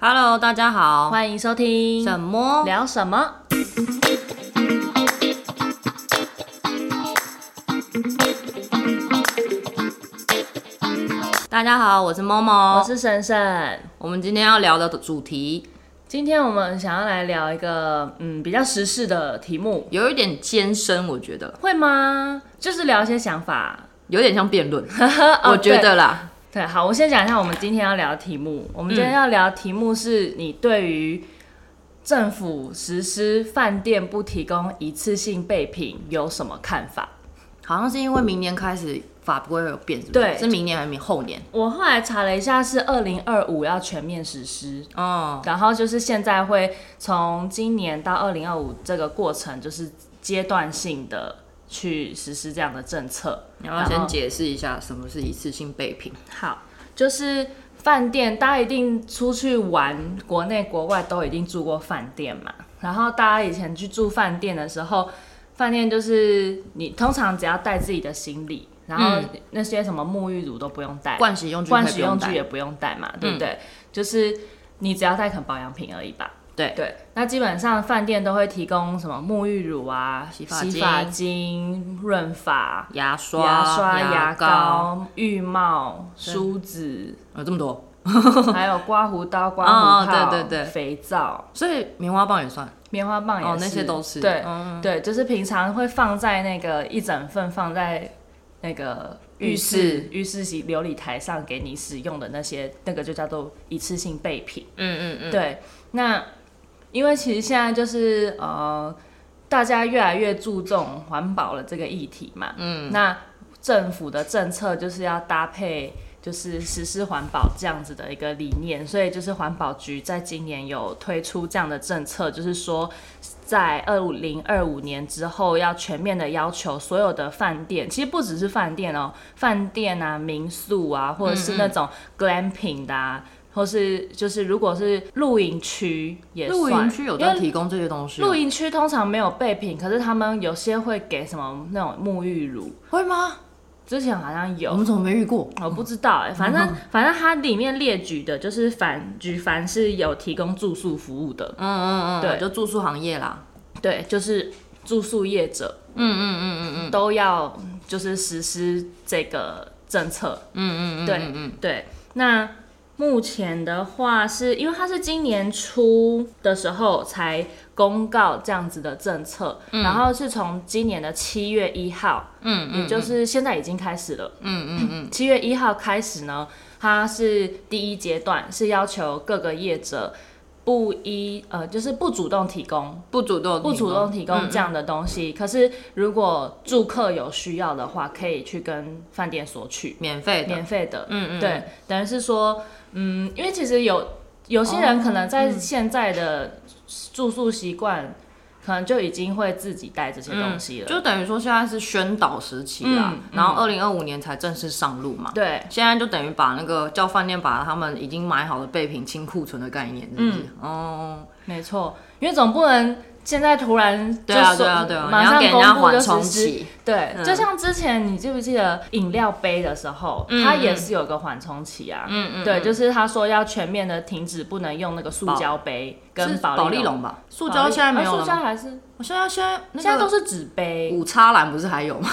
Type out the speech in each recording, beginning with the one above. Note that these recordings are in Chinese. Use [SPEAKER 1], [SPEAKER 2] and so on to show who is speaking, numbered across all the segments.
[SPEAKER 1] Hello，大家好，
[SPEAKER 2] 欢迎收听
[SPEAKER 1] 什么？
[SPEAKER 2] 聊什么？
[SPEAKER 1] 大家好，我是 Momo，
[SPEAKER 2] 我是神神。
[SPEAKER 1] 我们今天要聊的主题
[SPEAKER 2] 今天我们想要来聊一个嗯比较时事的题目，
[SPEAKER 1] 有一点艰深，我觉得
[SPEAKER 2] 会吗？就是聊一些想法。
[SPEAKER 1] 有点像辩论，
[SPEAKER 2] 哦
[SPEAKER 1] 我觉得啦，
[SPEAKER 2] 对，好，我先讲一下我们今天要聊的题目。我们今天要聊的题目是你对于政府实施饭店不提供一次性备品有什么看法？
[SPEAKER 1] 好像是因为明年开始法规会有变，是不是
[SPEAKER 2] 对
[SPEAKER 1] 是明年还是明后年？
[SPEAKER 2] 我后来查了一下，是二零二五要全面实施，
[SPEAKER 1] 哦，
[SPEAKER 2] 然后就是现在会从今年到二零二五这个过程，就是阶段性的去实施这样的政策。
[SPEAKER 1] 你要先解释一下什么是一次性备品。
[SPEAKER 2] 好，就是饭店，大家一定出去玩，国内国外都一定住过饭店嘛。然后大家以前去住饭店的时候，饭店就是你通常只要带自己的行李，然后那些什么沐浴乳都不用带，
[SPEAKER 1] 盥洗用具
[SPEAKER 2] 盥
[SPEAKER 1] 可以
[SPEAKER 2] 洗
[SPEAKER 1] 不用嗯
[SPEAKER 2] 用具
[SPEAKER 1] 带，
[SPEAKER 2] 也不用带嘛，对不对？就是你只要带肯保养品而已吧。
[SPEAKER 1] 对
[SPEAKER 2] 对，那基本上饭店都会提供什么沐浴乳啊、
[SPEAKER 1] 洗发
[SPEAKER 2] 精、润发、
[SPEAKER 1] 牙刷、
[SPEAKER 2] 牙刷、牙
[SPEAKER 1] 膏，
[SPEAKER 2] 膏、浴帽、梳 子，
[SPEAKER 1] 有这么多，
[SPEAKER 2] 还有刮胡刀、刮
[SPEAKER 1] 哦
[SPEAKER 2] 胡泡、
[SPEAKER 1] 对对对
[SPEAKER 2] 肥皂、
[SPEAKER 1] 所以棉花棒也算
[SPEAKER 2] 棉花棒也是，
[SPEAKER 1] 哦，那些都是
[SPEAKER 2] 对、
[SPEAKER 1] 嗯
[SPEAKER 2] 对，就是平常会放在那个一整份放在那个浴室浴室洗琉璃台上给你使用的那些，那个就叫做一次性备品。
[SPEAKER 1] 嗯嗯嗯，
[SPEAKER 2] 对，那因为其实现在就是呃，大家越来越注重环保了这个议题嘛，嗯，那政府的政策就是要搭配。就是实施环保这样子的一个理念，所以就是环保局在今年有推出这样的政策，就是说在二零二五年之后要全面的要求所有的饭店，其实不只是饭店哦，饭店啊、民宿啊，或者
[SPEAKER 1] 嗯
[SPEAKER 2] 是那种 glamping 的啊，或是就是如果是露营区也算，
[SPEAKER 1] 露营区有
[SPEAKER 2] 因为
[SPEAKER 1] 在提供这些东西哦，
[SPEAKER 2] 露营区通常没有备品，可是他们有些会给什么那种沐浴乳，
[SPEAKER 1] 会吗？
[SPEAKER 2] 之前好像有
[SPEAKER 1] 我，们怎么没遇过？
[SPEAKER 2] 我不知道哎、反正反正它里面列举的就是凡举凡是有提供住宿服务的，
[SPEAKER 1] 嗯嗯嗯，
[SPEAKER 2] 对
[SPEAKER 1] 就住宿行业啦，
[SPEAKER 2] 对，就是住宿业者，嗯嗯嗯嗯嗯，都要就是实施这个政策，嗯嗯嗯，对对。那目前的话是，因为它是今年初的时候才公告这样子的政策，然后是从今年的七月一号，嗯，也就是现在已经开始了，嗯嗯嗯，七月一号开始呢，它是第一阶段是要求各个业者。不一呃，就是不主动提供，
[SPEAKER 1] 不主动，
[SPEAKER 2] 不主动提供这样的东西。可是如果住客有需要的话，可以去跟饭店索取，
[SPEAKER 1] 免费的，
[SPEAKER 2] 免费的。
[SPEAKER 1] 嗯嗯，
[SPEAKER 2] 对，等于是说，嗯，因为其实有有些人可能在现在的住宿习惯，可能就已经会自己带这些东西了。
[SPEAKER 1] 就等于说现在是宣导时期啦，
[SPEAKER 2] 嗯
[SPEAKER 1] 然后二零二五年才正式上路嘛。
[SPEAKER 2] 对，
[SPEAKER 1] 现在就等于把那个叫饭店把他们已经买好的备品清库存的概念，是不是？
[SPEAKER 2] 嗯
[SPEAKER 1] 哦，
[SPEAKER 2] 没错，因为总不能现在突然就
[SPEAKER 1] 对啊，
[SPEAKER 2] 说
[SPEAKER 1] 对啊，对啊，
[SPEAKER 2] 马
[SPEAKER 1] 你要
[SPEAKER 2] 上
[SPEAKER 1] 给人
[SPEAKER 2] 公
[SPEAKER 1] 家
[SPEAKER 2] 布就
[SPEAKER 1] 缓
[SPEAKER 2] 实
[SPEAKER 1] 冲
[SPEAKER 2] 施
[SPEAKER 1] 期，
[SPEAKER 2] 对，
[SPEAKER 1] 嗯
[SPEAKER 2] 就像之前你记不记得饮料杯的时候，
[SPEAKER 1] 嗯
[SPEAKER 2] 它也是有个缓冲期啊。嗯嗯。对，就是他说要全面的停止，不能用那个塑胶杯跟
[SPEAKER 1] 是保
[SPEAKER 2] 利
[SPEAKER 1] 利龙
[SPEAKER 2] 龙。
[SPEAKER 1] 吧？塑胶现在没有
[SPEAKER 2] 啊
[SPEAKER 1] 了
[SPEAKER 2] 塑胶
[SPEAKER 1] 吗。
[SPEAKER 2] 还是
[SPEAKER 1] 我现在现在那
[SPEAKER 2] 现在都
[SPEAKER 1] 个
[SPEAKER 2] 是纸杯，
[SPEAKER 1] 五叉篮不是还有吗？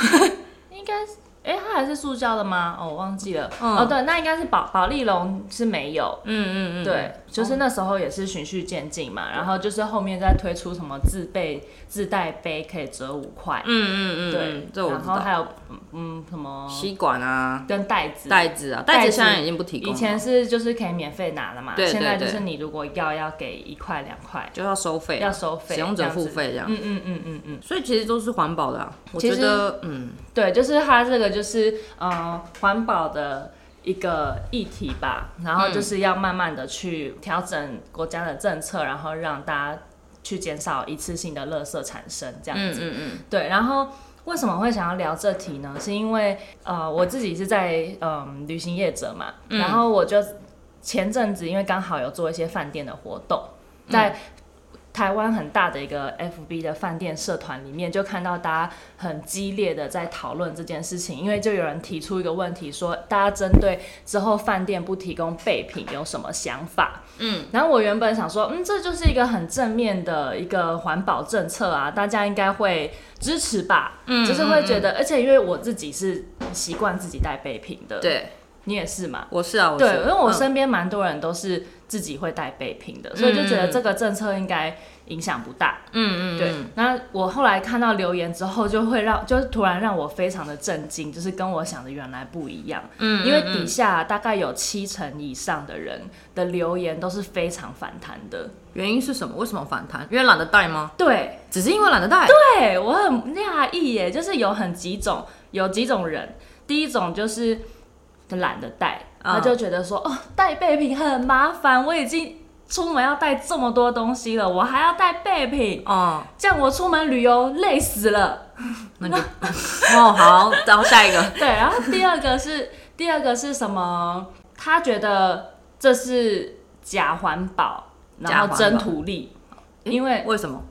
[SPEAKER 2] 应该是哎，它还是塑胶的吗？哦，我忘记了。
[SPEAKER 1] 嗯
[SPEAKER 2] 哦，对，那应该是保保利龙是没有。
[SPEAKER 1] 嗯嗯嗯，
[SPEAKER 2] 对，就是那时候也是循序渐进嘛，然后就是后面再推出什么自备自带杯可以折五块，
[SPEAKER 1] 嗯嗯嗯，
[SPEAKER 2] 对
[SPEAKER 1] 嗯，这我
[SPEAKER 2] 然
[SPEAKER 1] 知
[SPEAKER 2] 后
[SPEAKER 1] 道。
[SPEAKER 2] 还有嗯嗯什么
[SPEAKER 1] 吸管啊，
[SPEAKER 2] 跟袋子
[SPEAKER 1] 袋子啊，袋
[SPEAKER 2] 袋
[SPEAKER 1] 子
[SPEAKER 2] 子
[SPEAKER 1] 现在已经不提供
[SPEAKER 2] 以
[SPEAKER 1] 了，
[SPEAKER 2] 前是就是可以免费拿的嘛，
[SPEAKER 1] 对对
[SPEAKER 2] 现在就
[SPEAKER 1] 对
[SPEAKER 2] 是你如果要要给一块两块，
[SPEAKER 1] 就要收费啊，
[SPEAKER 2] 要收费，
[SPEAKER 1] 使用
[SPEAKER 2] 这
[SPEAKER 1] 者
[SPEAKER 2] 样
[SPEAKER 1] 付
[SPEAKER 2] 子。
[SPEAKER 1] 费这样。
[SPEAKER 2] 嗯嗯嗯嗯嗯，
[SPEAKER 1] 所以其实都是环保的、啊，我
[SPEAKER 2] 其
[SPEAKER 1] 觉
[SPEAKER 2] 实
[SPEAKER 1] 得，嗯，
[SPEAKER 2] 对，就是它这个就是呃环保的一个议题吧，然
[SPEAKER 1] 嗯
[SPEAKER 2] 后就是要慢慢的去调整国家的政策，然后让大家去减少一次性的垃圾产生这样子。
[SPEAKER 1] 嗯嗯
[SPEAKER 2] 对，然后为什么会想要聊这题呢？是因为呃，我自己是在嗯、旅行业者嘛，
[SPEAKER 1] 嗯嗯
[SPEAKER 2] 然后我就前阵子因为刚好有做一些饭店的活动，在台湾很大的一个 FB 的饭店社团里面，就看到大家很激烈的在讨论这件事情，因为就有人提出一个问题说，大家针对之后饭店不提供备品有什么想法？嗯，然后我原本想说，嗯，这就是一个很正面的一个环保政策啊，大家应该会支持吧？嗯，就是会觉得，而且因为我自己是习惯自己带备品的，，
[SPEAKER 1] 对，
[SPEAKER 2] 你也是嘛？
[SPEAKER 1] 我是啊，我是
[SPEAKER 2] 嗯对，因为我
[SPEAKER 1] 嗯
[SPEAKER 2] 身边蛮多人都是自己会带备品的，所以就觉得这个政策应该影响不大。
[SPEAKER 1] 嗯嗯，
[SPEAKER 2] 对，那我后来看到留言之后，就会让，就是突然让我非常的震惊，就是跟我想的原来不一样。嗯，因为底下大概有七成以上的人的留言都是非常反弹的。
[SPEAKER 1] 原因是什么？为什么反弹？因为懒得带吗？
[SPEAKER 2] 对，
[SPEAKER 1] 只是因为懒得带？
[SPEAKER 2] 对我很讶异耶，就是有很几种，有几种人，第一种就是懒得带，
[SPEAKER 1] 嗯
[SPEAKER 2] 他就觉得说、哦，带备品很麻烦，我已经出门要带这么多东西了，我还要带备品，
[SPEAKER 1] 哦，
[SPEAKER 2] 这样我出门旅游累死了。
[SPEAKER 1] 那 就哦好，然后下一个，
[SPEAKER 2] 对，然后第二个是第二个是什么？他觉得这是假环保，
[SPEAKER 1] 假
[SPEAKER 2] 然
[SPEAKER 1] 环
[SPEAKER 2] 后
[SPEAKER 1] 保
[SPEAKER 2] 争图利，因为
[SPEAKER 1] 为什么？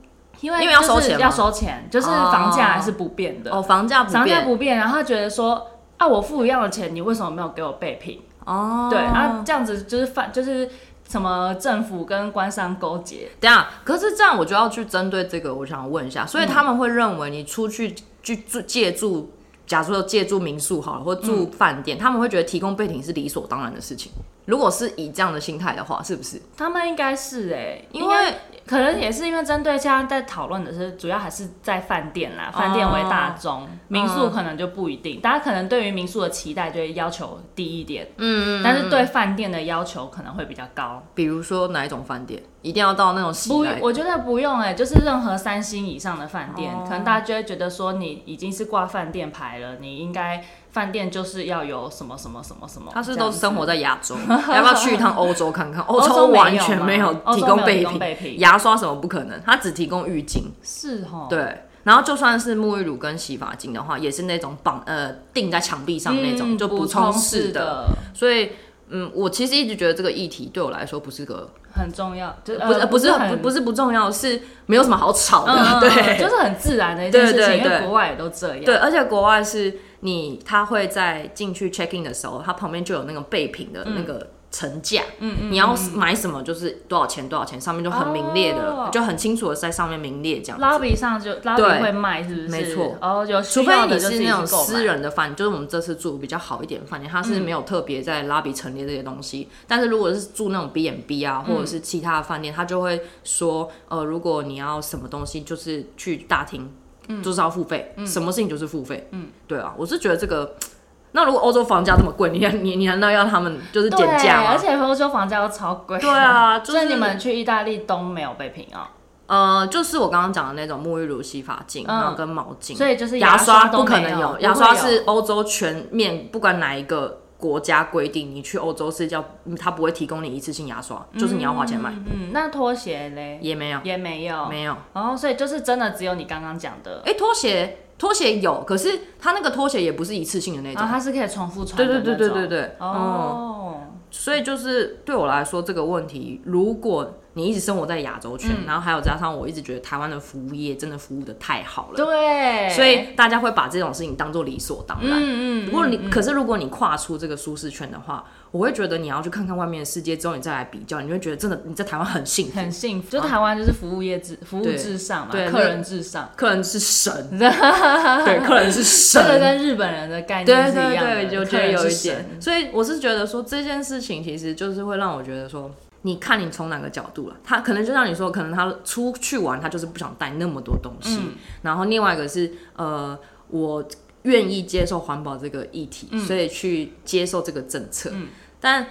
[SPEAKER 2] 因为
[SPEAKER 1] 因为要收
[SPEAKER 2] 就是
[SPEAKER 1] 钱吗
[SPEAKER 2] 要收钱，就是房价还是不变的，
[SPEAKER 1] 哦，房价不
[SPEAKER 2] 房价
[SPEAKER 1] 变
[SPEAKER 2] 不变。然后他觉得说。啊，我付一样的钱，你为什么没有给我备品？
[SPEAKER 1] 哦，
[SPEAKER 2] 对，啊，这样子就是犯，就是什么政府跟官商勾结，
[SPEAKER 1] 等一下，可是这样我就要去针对这个，我想问一下，所
[SPEAKER 2] 嗯
[SPEAKER 1] 以他们会认为你出去去住借住，假如说借住民宿好了，或住饭
[SPEAKER 2] 嗯
[SPEAKER 1] 店，他们会觉得提供备品是理所当然的事情。如果是以这样的心态的话，是不是？
[SPEAKER 2] 他们应该是哎、
[SPEAKER 1] 因
[SPEAKER 2] 应该
[SPEAKER 1] 为
[SPEAKER 2] 可能也是因为针对现在在讨论的是，主要还是在饭店啦，饭店为大宗，民宿可能就不一定。大家可能对于民宿的期待就会要求低一点，嗯但是对饭店的要求可能会比较高。
[SPEAKER 1] 比如说哪一种饭店，一定要到那种喜
[SPEAKER 2] 不
[SPEAKER 1] 来，
[SPEAKER 2] 我觉得不用哎、就是任何三星以上的饭店，可能大家就会觉得说你已经是挂饭店牌了，你应该饭店就是要有什么什么什么什么。
[SPEAKER 1] 他是
[SPEAKER 2] 这样
[SPEAKER 1] 都
[SPEAKER 2] 子
[SPEAKER 1] 生活在亚洲，要不要去一趟欧洲 看看？欧
[SPEAKER 2] 洲
[SPEAKER 1] 洲
[SPEAKER 2] 没有
[SPEAKER 1] 完全
[SPEAKER 2] 吗
[SPEAKER 1] 没有
[SPEAKER 2] 欧洲
[SPEAKER 1] 提
[SPEAKER 2] 没
[SPEAKER 1] 供
[SPEAKER 2] 有提
[SPEAKER 1] 备
[SPEAKER 2] 供
[SPEAKER 1] 品，
[SPEAKER 2] 备品
[SPEAKER 1] 牙刷什么不可能，它只提供浴巾。
[SPEAKER 2] 是哦，
[SPEAKER 1] 对，然后就算是沐浴乳跟洗发精的话，也是那种绑呃钉在墙壁上
[SPEAKER 2] 嗯，
[SPEAKER 1] 那种，就
[SPEAKER 2] 补
[SPEAKER 1] 补
[SPEAKER 2] 充
[SPEAKER 1] 充式的。
[SPEAKER 2] 的
[SPEAKER 1] 所以，嗯，我其实一直觉得这个议题对我来说不是个，
[SPEAKER 2] 很重要，就
[SPEAKER 1] 不是、
[SPEAKER 2] 呃
[SPEAKER 1] 不是
[SPEAKER 2] 很
[SPEAKER 1] 不不是不重要，是没有什么好吵的。
[SPEAKER 2] 嗯，
[SPEAKER 1] 对、
[SPEAKER 2] 就是很自然的一件事情，
[SPEAKER 1] 对对
[SPEAKER 2] 因为
[SPEAKER 1] 对
[SPEAKER 2] 国外也都这样。
[SPEAKER 1] 对，而且国外是你他会在进去 check in 的时候，他旁边就有那个备品的那个。成价，嗯嗯，你要买什么就是多少钱多少钱，上面就很明列的，
[SPEAKER 2] 哦
[SPEAKER 1] 就很清楚的在上面明列这样子。
[SPEAKER 2] ，lobby 上就 lobby
[SPEAKER 1] 对
[SPEAKER 2] 会卖，是不是？
[SPEAKER 1] 没错
[SPEAKER 2] 哦，有需
[SPEAKER 1] 除非
[SPEAKER 2] 要的
[SPEAKER 1] 你
[SPEAKER 2] 就是自己去
[SPEAKER 1] 那种
[SPEAKER 2] 购买嗯
[SPEAKER 1] 私，人的饭店，就是我们这次住比较好一点的饭店，它是没有特别在拉比陈列这些东西。但是如果是住那种 B n B 啊，
[SPEAKER 2] 嗯
[SPEAKER 1] 或者是其他的饭店，他就会说，呃，如果你要什么东西，就是去大厅，
[SPEAKER 2] 嗯
[SPEAKER 1] 就是要付费，什么事情就是付费。嗯，对啊，我是觉得这个。那如果欧洲房价这么贵，你你你难道要他们就是
[SPEAKER 2] 对，
[SPEAKER 1] 减价
[SPEAKER 2] 而
[SPEAKER 1] 吗？
[SPEAKER 2] 且欧洲房价又超贵。
[SPEAKER 1] 对， 啊，就
[SPEAKER 2] 所
[SPEAKER 1] 是
[SPEAKER 2] 以你们去意大利都没有备品哦，
[SPEAKER 1] 呃，就是我刚刚讲的那种沐浴乳、洗发精，
[SPEAKER 2] 嗯
[SPEAKER 1] 然后跟毛巾，
[SPEAKER 2] 所以就是
[SPEAKER 1] 牙
[SPEAKER 2] 刷都
[SPEAKER 1] 不可
[SPEAKER 2] 没
[SPEAKER 1] 能
[SPEAKER 2] 有，
[SPEAKER 1] 牙刷
[SPEAKER 2] 不会有
[SPEAKER 1] 是欧洲全面，不管哪一个国家规定，你去欧洲是要，嗯它不会提供你一次性牙刷，就是你要花钱买，
[SPEAKER 2] 嗯，那拖鞋嘞
[SPEAKER 1] 也没有，
[SPEAKER 2] 也没有，
[SPEAKER 1] 没有。
[SPEAKER 2] 哦，所以就是真的只有你刚刚讲的，
[SPEAKER 1] 哎，拖鞋，拖鞋有，可是它那个拖鞋也不是一次性的那
[SPEAKER 2] 然后
[SPEAKER 1] 种。
[SPEAKER 2] 啊它是可以重复穿
[SPEAKER 1] 对对
[SPEAKER 2] 的那种，
[SPEAKER 1] 对对对对，嗯，
[SPEAKER 2] 哦，
[SPEAKER 1] 所以就是对我来说这个问题，如果你一直生活在亚洲圈，
[SPEAKER 2] 嗯
[SPEAKER 1] 然后还有加上我一直觉得台湾的服务业真的服务的太好了，
[SPEAKER 2] 对，
[SPEAKER 1] 所以大家会把这种事情当做理所当然。
[SPEAKER 2] 哎嗯嗯，
[SPEAKER 1] 如果你、可是如果你跨出这个舒适圈的话，我会觉得你要去看看外面的世界之后，你再来比较，你就会觉得真的你在台湾很幸福，
[SPEAKER 2] 很幸福，就台湾就是服务业至服务
[SPEAKER 1] 对
[SPEAKER 2] 至上嘛，
[SPEAKER 1] 对
[SPEAKER 2] 客人至上。
[SPEAKER 1] 客人是神， 对，客人是
[SPEAKER 2] 这个
[SPEAKER 1] 神。
[SPEAKER 2] 跟日本人的概念
[SPEAKER 1] 对
[SPEAKER 2] 是一
[SPEAKER 1] 对
[SPEAKER 2] 样的，
[SPEAKER 1] 对，我
[SPEAKER 2] 客
[SPEAKER 1] 觉得
[SPEAKER 2] 人
[SPEAKER 1] 有一
[SPEAKER 2] 是神
[SPEAKER 1] 点，所以我是觉得说这件事情其实就是会让我觉得说，你看你从哪个角度了，他可能就像你说，可能他出去玩他就是不想带那么多东西，
[SPEAKER 2] 嗯
[SPEAKER 1] 然后另外一个是呃，我愿意接受环保这个议题，
[SPEAKER 2] 嗯
[SPEAKER 1] 所以去接受这个政策，但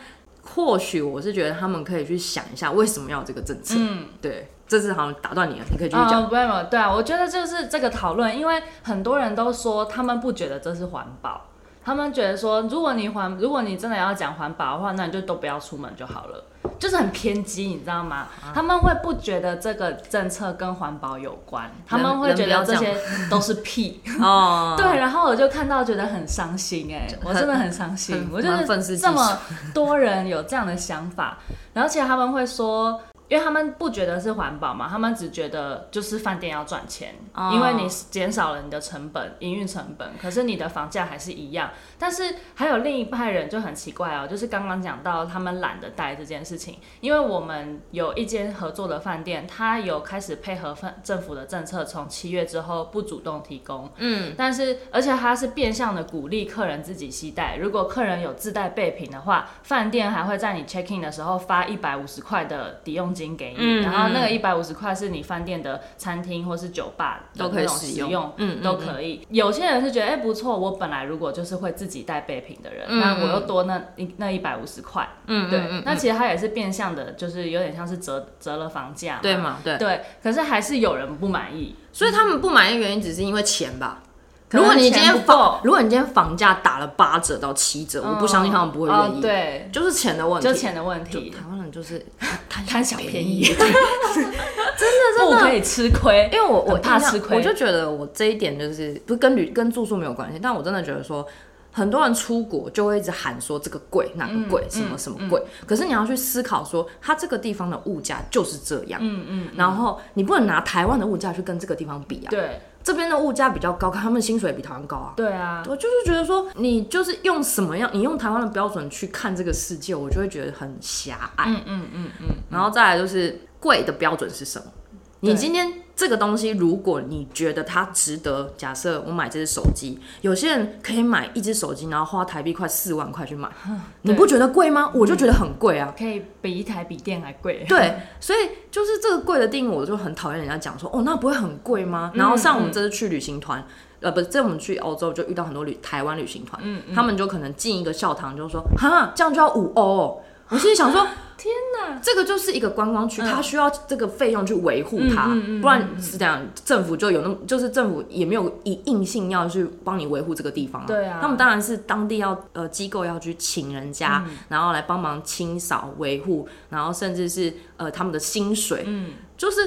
[SPEAKER 1] 或许我是觉得他们可以去想一下为什么要有这个政策。嗯，对，这次好像打断你了，你可以继续
[SPEAKER 2] 啊、
[SPEAKER 1] 讲。
[SPEAKER 2] 不会嘛？对啊，我觉得就是这个讨论，因为很多人都说他们不觉得这是环保，他们觉得说，如果你环，如果你真的要讲环保的话，那你就都不要出门就好了，就是很偏激，你知道吗？
[SPEAKER 1] 啊
[SPEAKER 2] 他们会不觉得这个政策跟环保有关，他们会
[SPEAKER 1] 人
[SPEAKER 2] 觉
[SPEAKER 1] 不
[SPEAKER 2] 得
[SPEAKER 1] 要
[SPEAKER 2] 这
[SPEAKER 1] 这
[SPEAKER 2] 些都是 屁。
[SPEAKER 1] 哦，
[SPEAKER 2] 对，然后我就看到觉得很伤心哎、我真的很伤心
[SPEAKER 1] 很，
[SPEAKER 2] 我就
[SPEAKER 1] 蛮愤世
[SPEAKER 2] 是
[SPEAKER 1] 嫉
[SPEAKER 2] 这么多人有这样的想法，然后其实他们会说。因为他们不觉得是环保嘛，他们只觉得就是饭店要赚钱，
[SPEAKER 1] 哦
[SPEAKER 2] 因为你减少了你的成本、营运成本，可是你的房价还是一样。但是还有另一派人就很奇怪哦，就是刚刚讲到他们懒得带这件事情，因为我们有一间合作的饭店，它有开始配合饭政府的政策，从七月之后不主动提供，嗯，但是而且它是变相的鼓励客人自己携带，如果客人有自带备品的话，饭店还会在你 check in 的时候发一百五十块的抵用金给你，
[SPEAKER 1] 嗯
[SPEAKER 2] 然后那个一百五十块是你饭店的餐厅或是酒吧的
[SPEAKER 1] 都可以
[SPEAKER 2] 那种
[SPEAKER 1] 使
[SPEAKER 2] 使
[SPEAKER 1] 用
[SPEAKER 2] 用，
[SPEAKER 1] 嗯嗯
[SPEAKER 2] 都可以。有些人是觉得，哎、不错，我本来如果就是会自己带备品的人，
[SPEAKER 1] 嗯
[SPEAKER 2] 那我又多那一那一百五十块，
[SPEAKER 1] 嗯
[SPEAKER 2] 对，
[SPEAKER 1] 嗯嗯
[SPEAKER 2] 那其实它也是变相的，就是有点像是折折了房价嘛，
[SPEAKER 1] 对嘛？对，
[SPEAKER 2] 对，可是还是有人不满意。
[SPEAKER 1] 所以他们不满意的原因只是因为钱吧。
[SPEAKER 2] 可
[SPEAKER 1] 如
[SPEAKER 2] 能
[SPEAKER 1] 果你今
[SPEAKER 2] 钱不
[SPEAKER 1] 天房
[SPEAKER 2] 够，
[SPEAKER 1] 如果你今天房价打了八折到七折，我不相信他们不会
[SPEAKER 2] 哦
[SPEAKER 1] 愿意。，
[SPEAKER 2] 对，
[SPEAKER 1] 就是钱的问题。
[SPEAKER 2] 就钱的问
[SPEAKER 1] 就
[SPEAKER 2] 题，
[SPEAKER 1] 台湾人就是
[SPEAKER 2] 贪小便 宜，
[SPEAKER 1] 真的真
[SPEAKER 2] 不
[SPEAKER 1] 的
[SPEAKER 2] 可以吃亏。
[SPEAKER 1] 因为我我
[SPEAKER 2] 很怕
[SPEAKER 1] 印象
[SPEAKER 2] 吃亏
[SPEAKER 1] 我就觉得我这一点就是不是跟旅跟住宿没有关系，但我真的觉得说。很多人出国就会一直喊说这个贵那个
[SPEAKER 2] 嗯
[SPEAKER 1] 贵、什么什么贵，可是你要去思考说，它这个地方的物价就是这样，嗯嗯，然后你不能拿台湾的物价去跟这个地方比啊，
[SPEAKER 2] 对
[SPEAKER 1] 这边的物价比较高，他们薪水也比台湾高啊，
[SPEAKER 2] 对啊，
[SPEAKER 1] 我就是觉得说，你就是用什么样，你用台湾的标准去看这个世界，我就会觉得很狭隘。嗯嗯嗯嗯。然后再来就是贵的标准是什么？你
[SPEAKER 2] 对
[SPEAKER 1] 今天这个东西，如果你觉得它值得，假设我买这只手机，有些人可以买一只手机，然后花台币快四万块去买，你不觉得贵吗？我就觉得很贵啊。
[SPEAKER 2] 可以比一台笔电还贵。
[SPEAKER 1] 对，所以就是这个贵的定义，我就很讨厌人家讲说，哦，那不会很贵吗？
[SPEAKER 2] 嗯
[SPEAKER 1] 然后像我们这次去旅行团，呃，不是，这我们去欧洲就遇到很多旅台湾旅行团，
[SPEAKER 2] 嗯
[SPEAKER 1] 他们就可能进一个教堂就说，哈，这样就要五欧、哦。我心里想说，
[SPEAKER 2] 天哪，嗯
[SPEAKER 1] 这个就是一个观光区，它需要这个费用去维护它，不然是这样，政府就有那么，就是政府也没有一硬性要去帮你维护这个地方、啊。
[SPEAKER 2] 对啊
[SPEAKER 1] 他们当然是当地要呃机构要去请人家，然后来帮忙清扫维护，然后甚至是呃他们的薪水，嗯，就是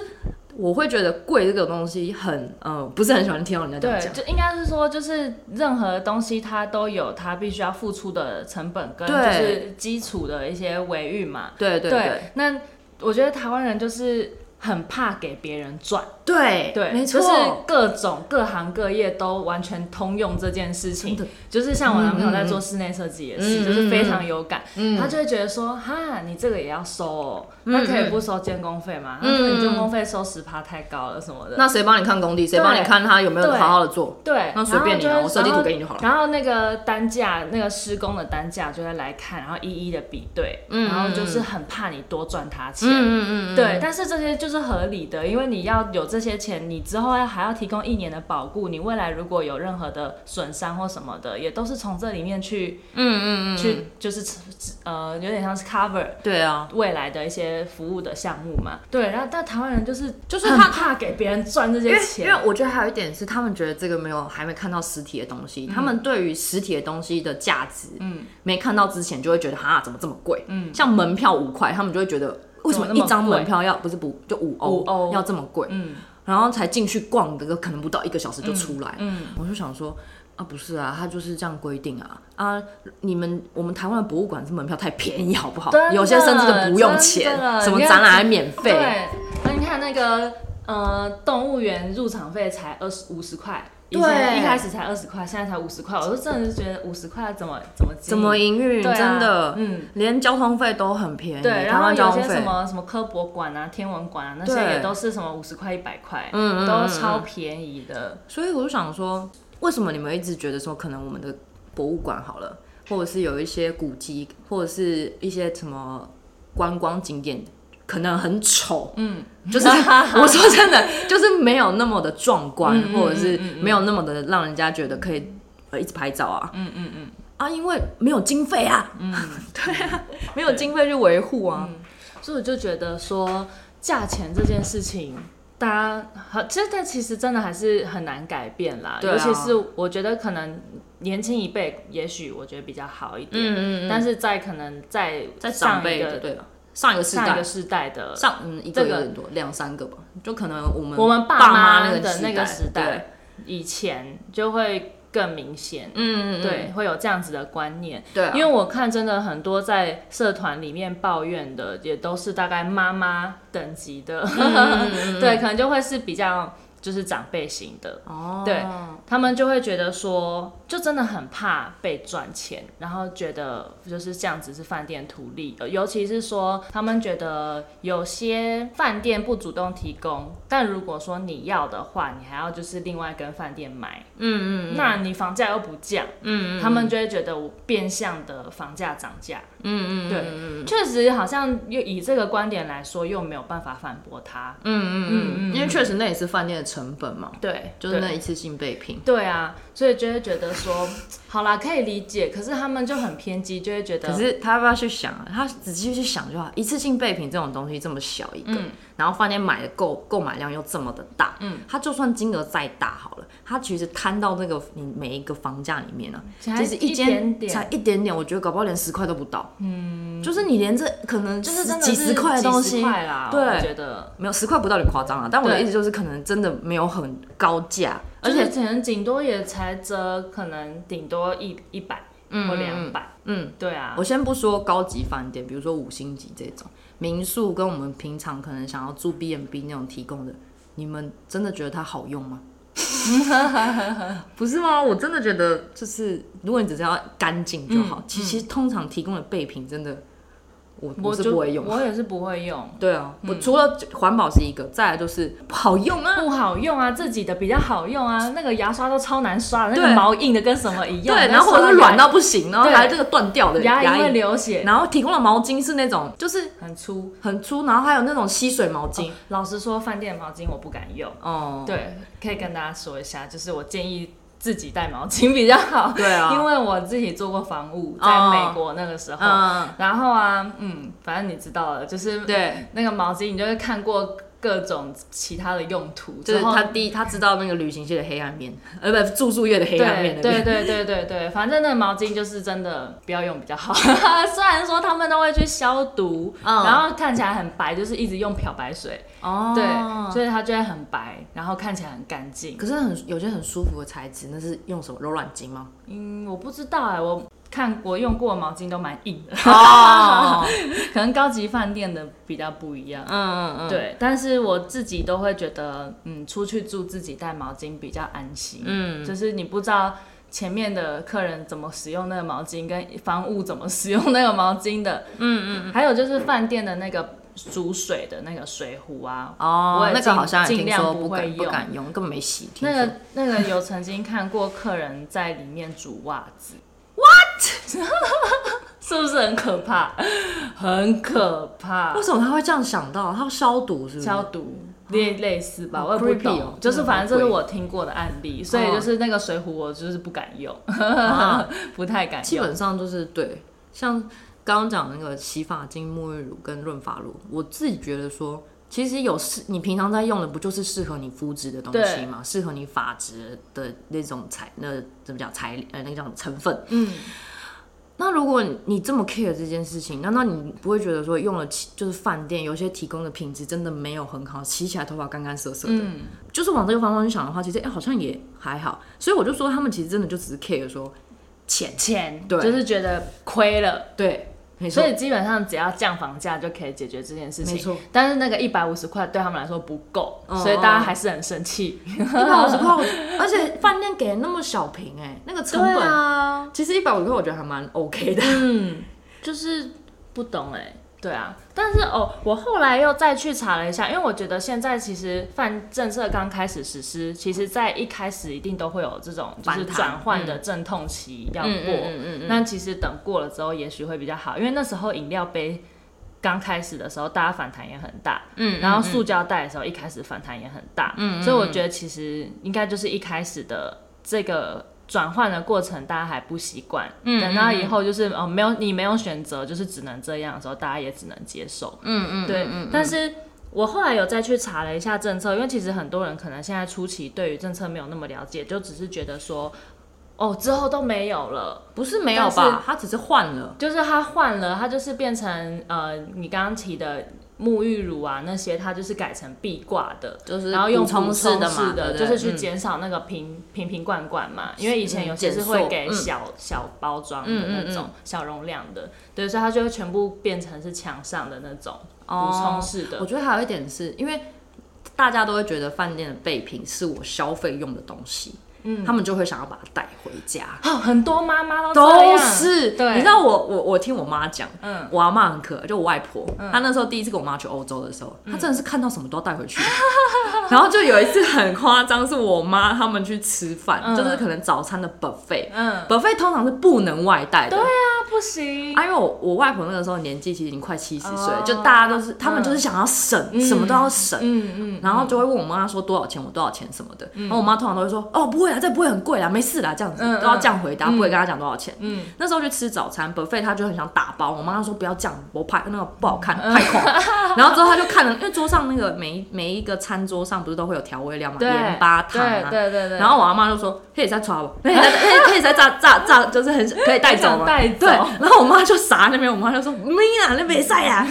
[SPEAKER 1] 我会觉得贵这个东西很呃不是很喜欢听到人家这样
[SPEAKER 2] 对，
[SPEAKER 1] 讲。
[SPEAKER 2] 就应该是说，就是任何东西它都有它必须要付出的成本跟就
[SPEAKER 1] 对
[SPEAKER 2] 是基础的一些维运嘛。
[SPEAKER 1] 对对对
[SPEAKER 2] 那我觉得台湾人就是很怕给别人赚，
[SPEAKER 1] 对
[SPEAKER 2] 对，
[SPEAKER 1] 没错，
[SPEAKER 2] 就是各种各行各业都完全通用这件事情
[SPEAKER 1] 真的。
[SPEAKER 2] 就是像我男朋友在做室内设计也
[SPEAKER 1] 嗯
[SPEAKER 2] 是，
[SPEAKER 1] 嗯嗯
[SPEAKER 2] 就是非常有感，
[SPEAKER 1] 嗯
[SPEAKER 2] 他就会觉得说，哈，你这个也要收哦，
[SPEAKER 1] 嗯
[SPEAKER 2] 那可以不收监工费吗？
[SPEAKER 1] 嗯
[SPEAKER 2] 他说你监工费收十趴太高了什么的。
[SPEAKER 1] 那谁帮你看工地？谁帮你
[SPEAKER 2] 对
[SPEAKER 1] 看他有没有
[SPEAKER 2] 对
[SPEAKER 1] 好好的做？
[SPEAKER 2] 对，
[SPEAKER 1] 那随便你啊，
[SPEAKER 2] 然
[SPEAKER 1] 我
[SPEAKER 2] 后就
[SPEAKER 1] 设
[SPEAKER 2] 会
[SPEAKER 1] 计图给你就好了。
[SPEAKER 2] 然后那个单价，那个施工的单价就会来看，然后一一的比对，
[SPEAKER 1] 嗯
[SPEAKER 2] 然后就是很怕你多赚他钱。
[SPEAKER 1] 嗯嗯嗯嗯，
[SPEAKER 2] 对，但是这些就是合理的，因为你要有这些钱，你之后要还要提供一年的保固，你未来如果有任何的损伤或什么的，也都是从这里面去，嗯嗯嗯，去就是呃，有点像是 cover
[SPEAKER 1] 对啊，
[SPEAKER 2] 未来的一些服务的项目嘛。对，然后但台湾人就是
[SPEAKER 1] 就是
[SPEAKER 2] 很
[SPEAKER 1] 他
[SPEAKER 2] 怕给别人赚这
[SPEAKER 1] 因
[SPEAKER 2] 些
[SPEAKER 1] 为因为
[SPEAKER 2] 钱，
[SPEAKER 1] 我觉得还有一点是，他们觉得这个没有还没看到实体的东
[SPEAKER 2] 嗯
[SPEAKER 1] 西，他们对于实体的东西的价值，嗯，没看到之前就会觉得哈怎么这么贵，嗯，像门票五块，他们就会觉得为什么
[SPEAKER 2] 怎么那
[SPEAKER 1] 一
[SPEAKER 2] 么
[SPEAKER 1] 张
[SPEAKER 2] 贵
[SPEAKER 1] 门票要不是不就五欧
[SPEAKER 2] 5欧
[SPEAKER 1] 要这么贵，
[SPEAKER 2] 嗯
[SPEAKER 1] 然后才进去逛这个可能不到一个小时就出来，
[SPEAKER 2] 嗯，
[SPEAKER 1] 我就想说。啊，不是啊，他就是这样规定啊啊！你们我们台湾的博物馆是门票太便宜，好不好
[SPEAKER 2] 真？的
[SPEAKER 1] 有些甚至都不用钱
[SPEAKER 2] 真的，
[SPEAKER 1] 什么
[SPEAKER 2] 你看
[SPEAKER 1] 展览还免费。
[SPEAKER 2] 对，那你看那个呃，动物园入场费才二十五十块，以前
[SPEAKER 1] 对
[SPEAKER 2] 一开始才二十块，现在才五十块，我就真的是觉得五十块怎么怎么经营
[SPEAKER 1] 怎么营运？
[SPEAKER 2] 对啊
[SPEAKER 1] 真的，
[SPEAKER 2] 嗯。
[SPEAKER 1] 连交通费都很便宜，
[SPEAKER 2] 对，
[SPEAKER 1] 台
[SPEAKER 2] 然后
[SPEAKER 1] 湾
[SPEAKER 2] 有
[SPEAKER 1] 交通
[SPEAKER 2] 些什
[SPEAKER 1] 费。
[SPEAKER 2] 么什么科博馆啊、天文馆啊，那些
[SPEAKER 1] 对
[SPEAKER 2] 也都是什么五十块、一百块，
[SPEAKER 1] 嗯嗯嗯
[SPEAKER 2] 都超便宜的。
[SPEAKER 1] 所以我就想说，为什么你们一直觉得说，可能我们的博物馆好了，或者是有一些古迹，或者是一些什么观光景点，可能很丑，
[SPEAKER 2] 嗯，
[SPEAKER 1] 就是 我说真的，就是没有那么的壮观，
[SPEAKER 2] 嗯嗯
[SPEAKER 1] 或者是没有那么的让人家觉得可以呃一直拍照啊，嗯嗯嗯。啊，因为没有经费啊，嗯， 对啊，没有经费去维护啊，
[SPEAKER 2] 所以我就觉得说，价钱这件事情，大家好，其实它其实真的还是很难改变啦。
[SPEAKER 1] 对啊
[SPEAKER 2] 尤其是我觉得可能年轻一辈，也许我觉得比较好一点，
[SPEAKER 1] 嗯嗯嗯，
[SPEAKER 2] 但是在可能在
[SPEAKER 1] 在长
[SPEAKER 2] 上
[SPEAKER 1] 辈
[SPEAKER 2] 一
[SPEAKER 1] 的
[SPEAKER 2] 个
[SPEAKER 1] 对了，上一个世
[SPEAKER 2] 上一
[SPEAKER 1] 代
[SPEAKER 2] 个，世代的，
[SPEAKER 1] 上嗯一
[SPEAKER 2] 这
[SPEAKER 1] 个
[SPEAKER 2] 个
[SPEAKER 1] 有点多，两三个吧，就可能我们
[SPEAKER 2] 我们
[SPEAKER 1] 爸
[SPEAKER 2] 妈
[SPEAKER 1] 那
[SPEAKER 2] 的那
[SPEAKER 1] 个
[SPEAKER 2] 个
[SPEAKER 1] 时
[SPEAKER 2] 时代，以前就会更明显。
[SPEAKER 1] 嗯，嗯，
[SPEAKER 2] 对，会有这样子的观念。
[SPEAKER 1] 嗯对啊，
[SPEAKER 2] 因为我看真的很多在社团里面抱怨的，也都是大概妈妈等级的， 对，可能就会是比较就是长辈型的，
[SPEAKER 1] 哦，
[SPEAKER 2] 对他们就会觉得说，就真的很怕被赚钱，然后觉得就是这样子是饭店图利，呃尤其是说他们觉得有些饭店不主动提供，但如果说你要的话，你还要就是另外跟饭店买，嗯嗯那你房价又不降，嗯嗯他们就会觉得我变相的房价涨价，嗯嗯对，确实好像又以这个观点来说，又没有办法反驳他，嗯
[SPEAKER 1] 嗯，因为确实那也是饭店的成本嘛，
[SPEAKER 2] 对，
[SPEAKER 1] 就是
[SPEAKER 2] 对
[SPEAKER 1] 那一次性备品。
[SPEAKER 2] 对啊，所以就会觉得说， 好啦，可以理解。可是他们就很偏激，就会觉
[SPEAKER 1] 可
[SPEAKER 2] 得，
[SPEAKER 1] 是他要不要去想啊？他仔细去想就好。一次性备品这种东西这么小一个，
[SPEAKER 2] 嗯
[SPEAKER 1] 然后饭店买的购购买量又这么的大，嗯，他就算金额再大好了，他其实摊到那个你每一个房价里面呢、啊，
[SPEAKER 2] 才
[SPEAKER 1] 其实一
[SPEAKER 2] 点
[SPEAKER 1] 间
[SPEAKER 2] 点
[SPEAKER 1] 才一点点，我觉得搞不好连十块都不到，嗯，就是你连这可能
[SPEAKER 2] 就是
[SPEAKER 1] 十
[SPEAKER 2] 真的
[SPEAKER 1] 几
[SPEAKER 2] 是
[SPEAKER 1] 十块的东
[SPEAKER 2] 几
[SPEAKER 1] 西
[SPEAKER 2] 十，块啦，
[SPEAKER 1] 对
[SPEAKER 2] 我觉得，
[SPEAKER 1] 没有十块不到你夸张了，啊但我的
[SPEAKER 2] 对
[SPEAKER 1] 意思就是可能真的没有很高价，而
[SPEAKER 2] 而
[SPEAKER 1] 且
[SPEAKER 2] 且可能顶多也才折，可能顶多一一百或两百，嗯，对啊
[SPEAKER 1] 我，先不说高级饭店，比如说五星级这种民宿，跟我们平常可能想要住 B&B 那种提供的，你们真的觉得它好用吗？ 不是吗？我真的觉得， 嗯就是如果你只是要干净就好，其其实通常提供的备品真的，我我是
[SPEAKER 2] 就
[SPEAKER 1] 不会用。
[SPEAKER 2] 我也是不会用。
[SPEAKER 1] 对啊，我除了环保是一个，再来就是不好用啊。
[SPEAKER 2] 不好用啊，自己的比较好用啊，那个牙刷都超难刷的，那个
[SPEAKER 1] 对
[SPEAKER 2] 毛硬的跟什么一
[SPEAKER 1] 对，
[SPEAKER 2] 样，
[SPEAKER 1] 然后或者是
[SPEAKER 2] 刷
[SPEAKER 1] 软到不行，然后
[SPEAKER 2] 对
[SPEAKER 1] 还有这个断掉的
[SPEAKER 2] 牙
[SPEAKER 1] 牙
[SPEAKER 2] 龈会
[SPEAKER 1] 龈，
[SPEAKER 2] 流血，
[SPEAKER 1] 然后提供的毛巾是那种就是
[SPEAKER 2] 很粗。
[SPEAKER 1] 很粗，然后还有那种吸水毛巾。
[SPEAKER 2] 老实说，饭店毛巾我不敢用。
[SPEAKER 1] 哦，
[SPEAKER 2] 对，可以跟大家说一下，就是我建议自己带毛巾比较好，
[SPEAKER 1] 对啊
[SPEAKER 2] 因为我自己做过房务，在
[SPEAKER 1] 哦
[SPEAKER 2] 美国那个时候，
[SPEAKER 1] 嗯，
[SPEAKER 2] 然后啊，嗯，反正你知道了，就是
[SPEAKER 1] 对，
[SPEAKER 2] 那个毛巾，你就会看过各种其他的用途，
[SPEAKER 1] 就是
[SPEAKER 2] 之后
[SPEAKER 1] 他第一，他知道那个旅行社的黑暗面，呃，不，住宿业的黑暗面
[SPEAKER 2] 对
[SPEAKER 1] 那
[SPEAKER 2] 对
[SPEAKER 1] 边。
[SPEAKER 2] 对对对对，反正那个毛巾就是真的不要用比较好。 虽然说他们都会去消毒，
[SPEAKER 1] 嗯
[SPEAKER 2] 然后看起来很白，就是一直用漂白水，
[SPEAKER 1] 哦
[SPEAKER 2] 对，所以它就会很白，然后看起来很干净。
[SPEAKER 1] 可是很有些很舒服的材质，那是用什么柔软巾吗？
[SPEAKER 2] 嗯，我不知道哎、我看我用过的毛巾都蛮硬的，
[SPEAKER 1] 哦，
[SPEAKER 2] 可能高级饭店的比较不一样。
[SPEAKER 1] 嗯嗯嗯，
[SPEAKER 2] 对，但是我自己都会觉得，嗯，出去住自己带毛巾比较安心。嗯，就是你不知道前面的客人怎么使用那个毛巾，跟房务怎么使用那个毛巾的。嗯嗯，还有就是饭店的那个煮水的那个水壶啊，我
[SPEAKER 1] 哦
[SPEAKER 2] 也，
[SPEAKER 1] 那个好像也
[SPEAKER 2] 尽
[SPEAKER 1] 听
[SPEAKER 2] 量
[SPEAKER 1] 说
[SPEAKER 2] 不
[SPEAKER 1] 不
[SPEAKER 2] 会
[SPEAKER 1] 敢不
[SPEAKER 2] 用
[SPEAKER 1] 敢用，根本没洗。听
[SPEAKER 2] 那
[SPEAKER 1] 说
[SPEAKER 2] 个那个有曾经看过客人在里面煮袜子，what？是不是很可怕？很可怕
[SPEAKER 1] 为，什么他会这样想到？他要消毒是不是？
[SPEAKER 2] 消毒类类似吧，
[SPEAKER 1] 好
[SPEAKER 2] 我也不
[SPEAKER 1] creepy 嗯哦
[SPEAKER 2] 懂，就是反正
[SPEAKER 1] 真的
[SPEAKER 2] 这是
[SPEAKER 1] 很
[SPEAKER 2] 我听过的案例，所以就是那个水壶我就是不敢用，
[SPEAKER 1] 啊
[SPEAKER 2] 不太敢
[SPEAKER 1] 基
[SPEAKER 2] 用。
[SPEAKER 1] 本上就是对，像刚刚讲那个洗发精、沐浴乳跟润发乳，我自己觉得说，其实有适你平常在用的，不就是适合你肤质的东西
[SPEAKER 2] 对
[SPEAKER 1] 嘛，适合你发质的那种材，那怎么讲材呃那个叫什么成分。
[SPEAKER 2] 嗯，
[SPEAKER 1] 那如果你你这么 care 这件事情，难道你不会觉得说用了其就是饭店有些提供的品质真的没有很好，洗起来头发干干涩涩的，
[SPEAKER 2] 嗯
[SPEAKER 1] 就是往这个方向去想的话，其实哎、好像也还好。所以我就说他们其实真的就只是 care 说钱，
[SPEAKER 2] 钱
[SPEAKER 1] 对
[SPEAKER 2] 就是觉得亏了，
[SPEAKER 1] 对，没错
[SPEAKER 2] 所，以基本上只要降房价就可以解决这件事
[SPEAKER 1] 没
[SPEAKER 2] 情
[SPEAKER 1] 错。
[SPEAKER 2] 但是那个一百五十块对他们来说不够，
[SPEAKER 1] 哦
[SPEAKER 2] 所以大家还是很生气。
[SPEAKER 1] 一百五十块，我 而且饭店给的那么小瓶，哎，那个成本，
[SPEAKER 2] 啊，
[SPEAKER 1] 其实一百五十块我觉得还蛮 OK 的。
[SPEAKER 2] 嗯，就是不懂哎、对啊，但是哦，我后来又再去查了一下，因为我觉得现在其实饭政策刚开始实施，其实在一开始一定都会有这种就是
[SPEAKER 1] 反弹
[SPEAKER 2] 转换的阵痛期要过，
[SPEAKER 1] 嗯
[SPEAKER 2] 那其实等过了之后，也许会比较好，因为那时候饮料杯刚开始的时候，大家反弹也很大，
[SPEAKER 1] 嗯
[SPEAKER 2] 然后塑胶袋的时候一开始反弹也很大，嗯，所以我觉得其实应该就是一开始的这个。转换的过程，大家还不习惯。嗯，等到以后就是哦，没有你没有选择，就是只能这样的时候，大家也只能接受。嗯嗯，对。但是我后来有再去查了一下政策，因为其实很多人可能现在初期对于政策没有那么了解，就只是觉得说，哦，之后都没有了。
[SPEAKER 1] 不是没有
[SPEAKER 2] 但是
[SPEAKER 1] 吧？它只是换了，
[SPEAKER 2] 就是它换了，它就是变成呃，你刚刚提的沐浴乳啊那些，它就是改成壁挂的，
[SPEAKER 1] 就是
[SPEAKER 2] 然后用
[SPEAKER 1] 补充
[SPEAKER 2] 式
[SPEAKER 1] 式的嘛对
[SPEAKER 2] 的，
[SPEAKER 1] 不
[SPEAKER 2] 就
[SPEAKER 1] 对
[SPEAKER 2] 是去
[SPEAKER 1] 嗯
[SPEAKER 2] 减少那个瓶瓶瓶罐罐嘛，因为以前有些是
[SPEAKER 1] 减
[SPEAKER 2] 会
[SPEAKER 1] 塑
[SPEAKER 2] 给
[SPEAKER 1] 嗯
[SPEAKER 2] 小小包装的
[SPEAKER 1] 嗯嗯
[SPEAKER 2] 那种小容量的，对，所以它就会全部变成是墙上的那种
[SPEAKER 1] 哦
[SPEAKER 2] 补充式的
[SPEAKER 1] 我，觉得还有一点是因为大家都会觉得饭店的备品是我消费用的东西，嗯，他们就会想要把它带回家。
[SPEAKER 2] 啊很多妈妈都这
[SPEAKER 1] 都
[SPEAKER 2] 样
[SPEAKER 1] 是，
[SPEAKER 2] 对
[SPEAKER 1] 你知道我我我听我妈讲，
[SPEAKER 2] 嗯
[SPEAKER 1] 我阿妈很可爱，就我外婆，她那时候第一次跟我妈去欧洲的时候，
[SPEAKER 2] 嗯
[SPEAKER 1] 她真的是看到什么都要带回去，然后就有一次很夸张，是我妈他们去吃饭，
[SPEAKER 2] 嗯
[SPEAKER 1] 就是可能早餐的 buffet，buffet、
[SPEAKER 2] 嗯，
[SPEAKER 1] 通常是不能外带的，
[SPEAKER 2] 那不行，
[SPEAKER 1] 啊，因为我我外婆那个时候年纪其实已经快七十岁了，
[SPEAKER 2] 哦
[SPEAKER 1] 就大家都是他们就是想要省，什么都要省。
[SPEAKER 2] 嗯嗯，
[SPEAKER 1] 然后就会问我妈说多少钱，我多少钱什么的。然后我妈通常都会说哦不会啦，这不会很贵啦，没事啦，这样子
[SPEAKER 2] 嗯
[SPEAKER 1] 都要这样回答，不会跟她讲多少钱。
[SPEAKER 2] 嗯
[SPEAKER 1] 那时候去吃早餐，buffet 她就很想打包，我妈说不要这样，我怕那个不好
[SPEAKER 2] 嗯
[SPEAKER 1] 看，太空。然后之后她就看了，因为桌上那个每一每一个餐桌上不是都会有调味料嘛，
[SPEAKER 2] 对
[SPEAKER 1] 盐巴糖啊
[SPEAKER 2] 对。对对对，
[SPEAKER 1] 然后我阿妈就说可以再抓吧，可以再可以可以再炸炸炸，就是很可以带走吗？
[SPEAKER 2] 带走
[SPEAKER 1] 对，然后我妈就傻在那边，我妈就说没啊，那没晒 啊。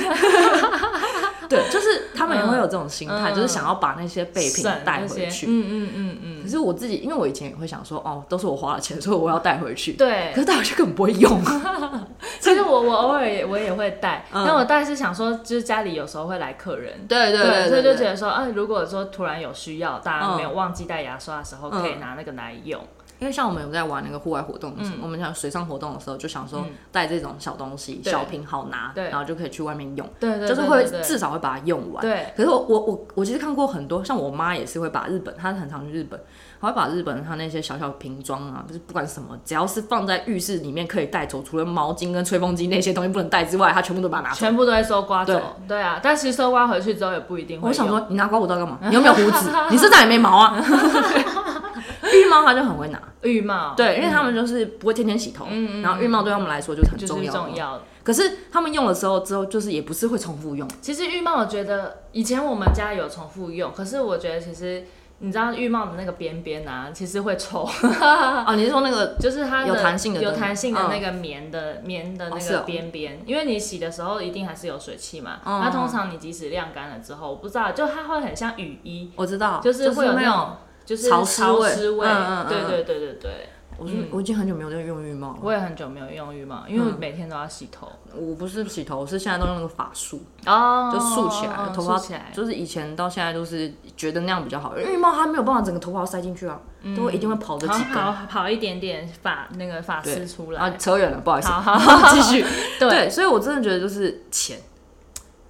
[SPEAKER 1] 对，就是他们也会有这种心态，
[SPEAKER 2] 嗯
[SPEAKER 1] 就是想要把那些备品
[SPEAKER 2] 省
[SPEAKER 1] 带
[SPEAKER 2] 那
[SPEAKER 1] 回
[SPEAKER 2] 些
[SPEAKER 1] 去。
[SPEAKER 2] 嗯嗯嗯嗯，
[SPEAKER 1] 可是我自己，因为我以前也会想说，哦，都是我花了钱，所以我要带回去。
[SPEAKER 2] 对
[SPEAKER 1] 可。是带回去根本不会用。啊
[SPEAKER 2] 其实我我偶尔也我也会带，
[SPEAKER 1] 嗯
[SPEAKER 2] 但我带是想说，就是家里有时候会来客人，
[SPEAKER 1] 对 对
[SPEAKER 2] 所以就觉得说，啊，如果说突然有需要，大家
[SPEAKER 1] 嗯
[SPEAKER 2] 没有忘记带牙刷的时候，
[SPEAKER 1] 嗯
[SPEAKER 2] 可以拿那个来用。
[SPEAKER 1] 因为像我们有在玩那个户外活动的时
[SPEAKER 2] 嗯
[SPEAKER 1] 候，我们想水上活动的时候，就想说带这种小东西，
[SPEAKER 2] 对
[SPEAKER 1] 小瓶好拿，
[SPEAKER 2] 对
[SPEAKER 1] 然后就可以去外面用。
[SPEAKER 2] 对对，
[SPEAKER 1] 就是
[SPEAKER 2] 对
[SPEAKER 1] 会
[SPEAKER 2] 对对
[SPEAKER 1] 至少会把它用完。
[SPEAKER 2] 对
[SPEAKER 1] 可是我我我我其实看过很多，像我妈也是会把日本，她很常去日本，她会把日本她那些小小瓶装啊，就是不管什么，只要是放在浴室里面可以带走，除了毛巾跟吹风机那些东西不能带之外，她全部都把它拿走。
[SPEAKER 2] 全部都会收刮
[SPEAKER 1] 对
[SPEAKER 2] 走。对啊，但其实收刮回去之后也不一定会。
[SPEAKER 1] 我想，说，你拿刮胡刀干嘛？你又没有胡子， 你身上也没毛啊。 浴帽她就很会拿，
[SPEAKER 2] 浴帽
[SPEAKER 1] 对，因为他们就是不会天天洗头，
[SPEAKER 2] 嗯嗯
[SPEAKER 1] 然后浴帽对他们来说就是很
[SPEAKER 2] 就
[SPEAKER 1] 重
[SPEAKER 2] 是
[SPEAKER 1] 要。
[SPEAKER 2] 重。要。
[SPEAKER 1] 可是他们用了之后，之后就是也不是会重复用，
[SPEAKER 2] 其实浴帽，我觉得以前我们家有重复用，可是我觉得其实你知道浴帽的那个边边啊，其实会臭。 啊
[SPEAKER 1] 哦，你是说那个
[SPEAKER 2] 就是它的
[SPEAKER 1] 有弹性的
[SPEAKER 2] 有
[SPEAKER 1] 对吗
[SPEAKER 2] 弹性的
[SPEAKER 1] 嗯
[SPEAKER 2] 那个棉的、棉的
[SPEAKER 1] 哦
[SPEAKER 2] 那
[SPEAKER 1] 是
[SPEAKER 2] 个
[SPEAKER 1] 哦
[SPEAKER 2] 边边，因为你洗的时候一定还是有水汽嘛。
[SPEAKER 1] 嗯
[SPEAKER 2] 那通常你即使晾干了之后，我不知道，就它会很像雨衣，
[SPEAKER 1] 我知道，
[SPEAKER 2] 就是会有
[SPEAKER 1] 那
[SPEAKER 2] 那种就是
[SPEAKER 1] 潮湿
[SPEAKER 2] 潮
[SPEAKER 1] 味
[SPEAKER 2] 湿味。
[SPEAKER 1] 嗯嗯嗯
[SPEAKER 2] 对
[SPEAKER 1] 嗯
[SPEAKER 2] 对对对对，
[SPEAKER 1] 我是、我已经很久没有在用浴帽了。
[SPEAKER 2] 我也很久没有用浴帽，
[SPEAKER 1] 嗯
[SPEAKER 2] 因为我每天都要洗头，
[SPEAKER 1] 我不是洗头，我是现在都用那个发束，
[SPEAKER 2] 哦，
[SPEAKER 1] 就束起来，
[SPEAKER 2] 哦
[SPEAKER 1] 头发
[SPEAKER 2] 束起来。
[SPEAKER 1] 就是以前到现在都是觉得那样比较好。因为浴帽它没有办法整个头发塞进去啊，都会一定会跑着
[SPEAKER 2] 好
[SPEAKER 1] 几
[SPEAKER 2] 像
[SPEAKER 1] 根。
[SPEAKER 2] 跑跑一点点发那个发丝
[SPEAKER 1] 对
[SPEAKER 2] 出
[SPEAKER 1] 啊，
[SPEAKER 2] 来，
[SPEAKER 1] 扯远了，不好意思
[SPEAKER 2] 好，好
[SPEAKER 1] 继续。
[SPEAKER 2] 对
[SPEAKER 1] 对，所以我真的觉得就是钱，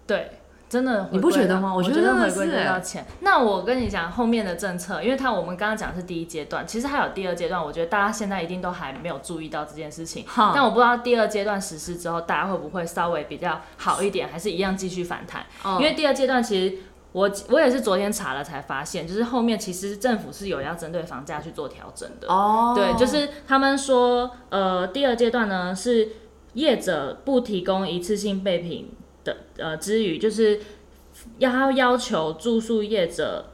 [SPEAKER 2] 对，真的回归到，
[SPEAKER 1] 你不觉得吗
[SPEAKER 2] 我
[SPEAKER 1] 我觉得
[SPEAKER 2] 得
[SPEAKER 1] 真
[SPEAKER 2] 回
[SPEAKER 1] 的
[SPEAKER 2] 归
[SPEAKER 1] 是
[SPEAKER 2] 到
[SPEAKER 1] 欸
[SPEAKER 2] 钱。那我跟你讲，后面的政策，因为它我们刚刚讲的是第一阶段，其实还有第二阶段，我觉得大家现在一定都还没有注意到这件事情。
[SPEAKER 1] 哈
[SPEAKER 2] 但我不知道第二阶段实施之后，大家会不会稍微比较好一点，还是一样继续反弹？
[SPEAKER 1] 嗯
[SPEAKER 2] 因为第二阶段其实。我我也是昨天查了才发现，就是后面其实政府是有要针对房价去做调整的。
[SPEAKER 1] 哦
[SPEAKER 2] 对，就是他们说，呃，第二阶段呢是业者不提供一次性备品的，呃，之余就是要他要求住宿业者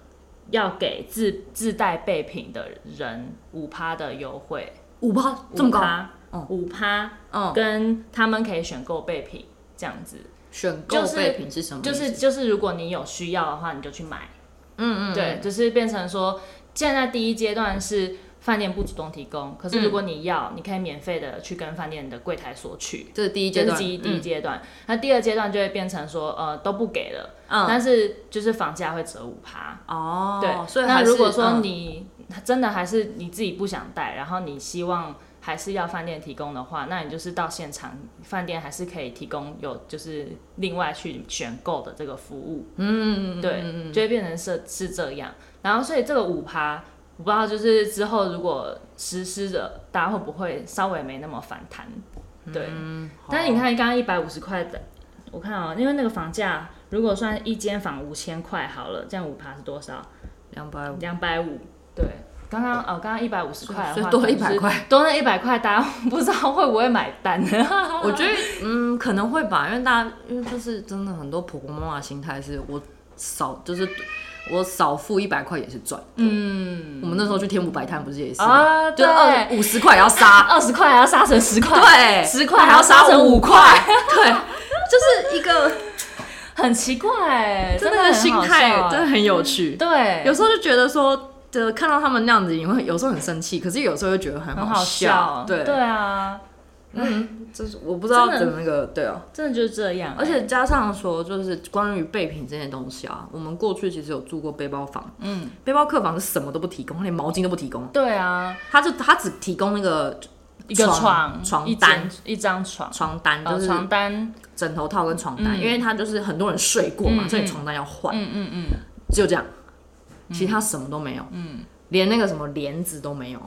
[SPEAKER 2] 要给自自带备品的人五趴的优惠，
[SPEAKER 1] 五趴这么高，
[SPEAKER 2] 高
[SPEAKER 1] 嗯，
[SPEAKER 2] 五趴，
[SPEAKER 1] 嗯，
[SPEAKER 2] 跟他们可以选购备品这样子，
[SPEAKER 1] 选
[SPEAKER 2] 就
[SPEAKER 1] 购
[SPEAKER 2] 是
[SPEAKER 1] 备品是什么意
[SPEAKER 2] 就
[SPEAKER 1] 思？
[SPEAKER 2] 是就是如果你有需要的话，你就去买。
[SPEAKER 1] 嗯嗯，
[SPEAKER 2] 对，就是变成说，现在第一阶段是饭店不主动提供，可
[SPEAKER 1] 嗯
[SPEAKER 2] 是如果你要，你可以免费的去跟饭店的柜台索取。
[SPEAKER 1] 这是第一
[SPEAKER 2] 这
[SPEAKER 1] 阶
[SPEAKER 2] 是
[SPEAKER 1] 段，
[SPEAKER 2] 第一第一
[SPEAKER 1] 嗯
[SPEAKER 2] 阶段，那第二阶段就会变成说，呃，都不给了，
[SPEAKER 1] 嗯，
[SPEAKER 2] 但是就是房价会折五趴。
[SPEAKER 1] 哦，
[SPEAKER 2] 对，
[SPEAKER 1] 所以
[SPEAKER 2] 那
[SPEAKER 1] 还
[SPEAKER 2] 如
[SPEAKER 1] 是
[SPEAKER 2] 果说
[SPEAKER 1] 嗯
[SPEAKER 2] 你真的还是你自己不想带，然后你希望还是要饭店提供的话，那你就是到现场，饭店还是可以提供有就是另外去选购的这个服务。嗯，对，就会变成是是这样。然后所以这个五趴，我不知道就是之后如果实施的，大家会不会稍微没那么反弹？对，但是你看刚刚一百五十块的。我看哦，因为那个房价，如果算一间房五千块好了，这样五趴是多少？
[SPEAKER 1] 两百五，
[SPEAKER 2] 两百五，对。刚刚哦，刚刚一百五十块的话，
[SPEAKER 1] 所以多了
[SPEAKER 2] 可能是
[SPEAKER 1] 100块，
[SPEAKER 2] 多那一百块，大家不知道会不会买 单？
[SPEAKER 1] 我觉得，嗯，可能会吧，因为大家，因为就是真的很多婆婆妈妈的心态是我少，就是我少付一百块也是赚。
[SPEAKER 2] 嗯
[SPEAKER 1] 我们那时候去天母摆摊不是也是吗，
[SPEAKER 2] 啊，
[SPEAKER 1] 就
[SPEAKER 2] 对，
[SPEAKER 1] 二五十块也要杀，
[SPEAKER 2] 二十块还要杀成十块，
[SPEAKER 1] 对，
[SPEAKER 2] 十块还
[SPEAKER 1] 还
[SPEAKER 2] 要
[SPEAKER 1] 要
[SPEAKER 2] 杀
[SPEAKER 1] 杀
[SPEAKER 2] 成
[SPEAKER 1] 我
[SPEAKER 2] 五
[SPEAKER 1] 五块，对，就是一个
[SPEAKER 2] 很奇怪哎、
[SPEAKER 1] 真
[SPEAKER 2] 真
[SPEAKER 1] 的
[SPEAKER 2] 的
[SPEAKER 1] 心
[SPEAKER 2] 很好
[SPEAKER 1] 态
[SPEAKER 2] 笑
[SPEAKER 1] 真的很有趣。
[SPEAKER 2] 对，
[SPEAKER 1] 有时候就觉得说，就看到他们那样子，你会有时候很生气，可是有时候又觉得很
[SPEAKER 2] 很
[SPEAKER 1] 好
[SPEAKER 2] 好笑，
[SPEAKER 1] 对，
[SPEAKER 2] 对啊，
[SPEAKER 1] 就是我不知道
[SPEAKER 2] 真的
[SPEAKER 1] 怎么那个对哦。
[SPEAKER 2] 真的就是这样、
[SPEAKER 1] 而且加上说，就是关于备品这些东西啊，我们过去其实有住过背包房，嗯，背包客房是什么都不提供，他连毛巾都不提供，
[SPEAKER 2] 对啊，
[SPEAKER 1] 他就他只提供那个
[SPEAKER 2] 一个
[SPEAKER 1] 床
[SPEAKER 2] 床
[SPEAKER 1] 床
[SPEAKER 2] 一
[SPEAKER 1] 单
[SPEAKER 2] 间一张床，
[SPEAKER 1] 床单，
[SPEAKER 2] 呃
[SPEAKER 1] 就是
[SPEAKER 2] 床单，
[SPEAKER 1] 枕头套跟床单，因为他就是很多人睡过嘛，
[SPEAKER 2] 嗯
[SPEAKER 1] 所以床单要换，
[SPEAKER 2] 嗯嗯嗯，
[SPEAKER 1] 就这样，其他什么都没有，嗯，连那个什么帘子都没有，
[SPEAKER 2] 啊，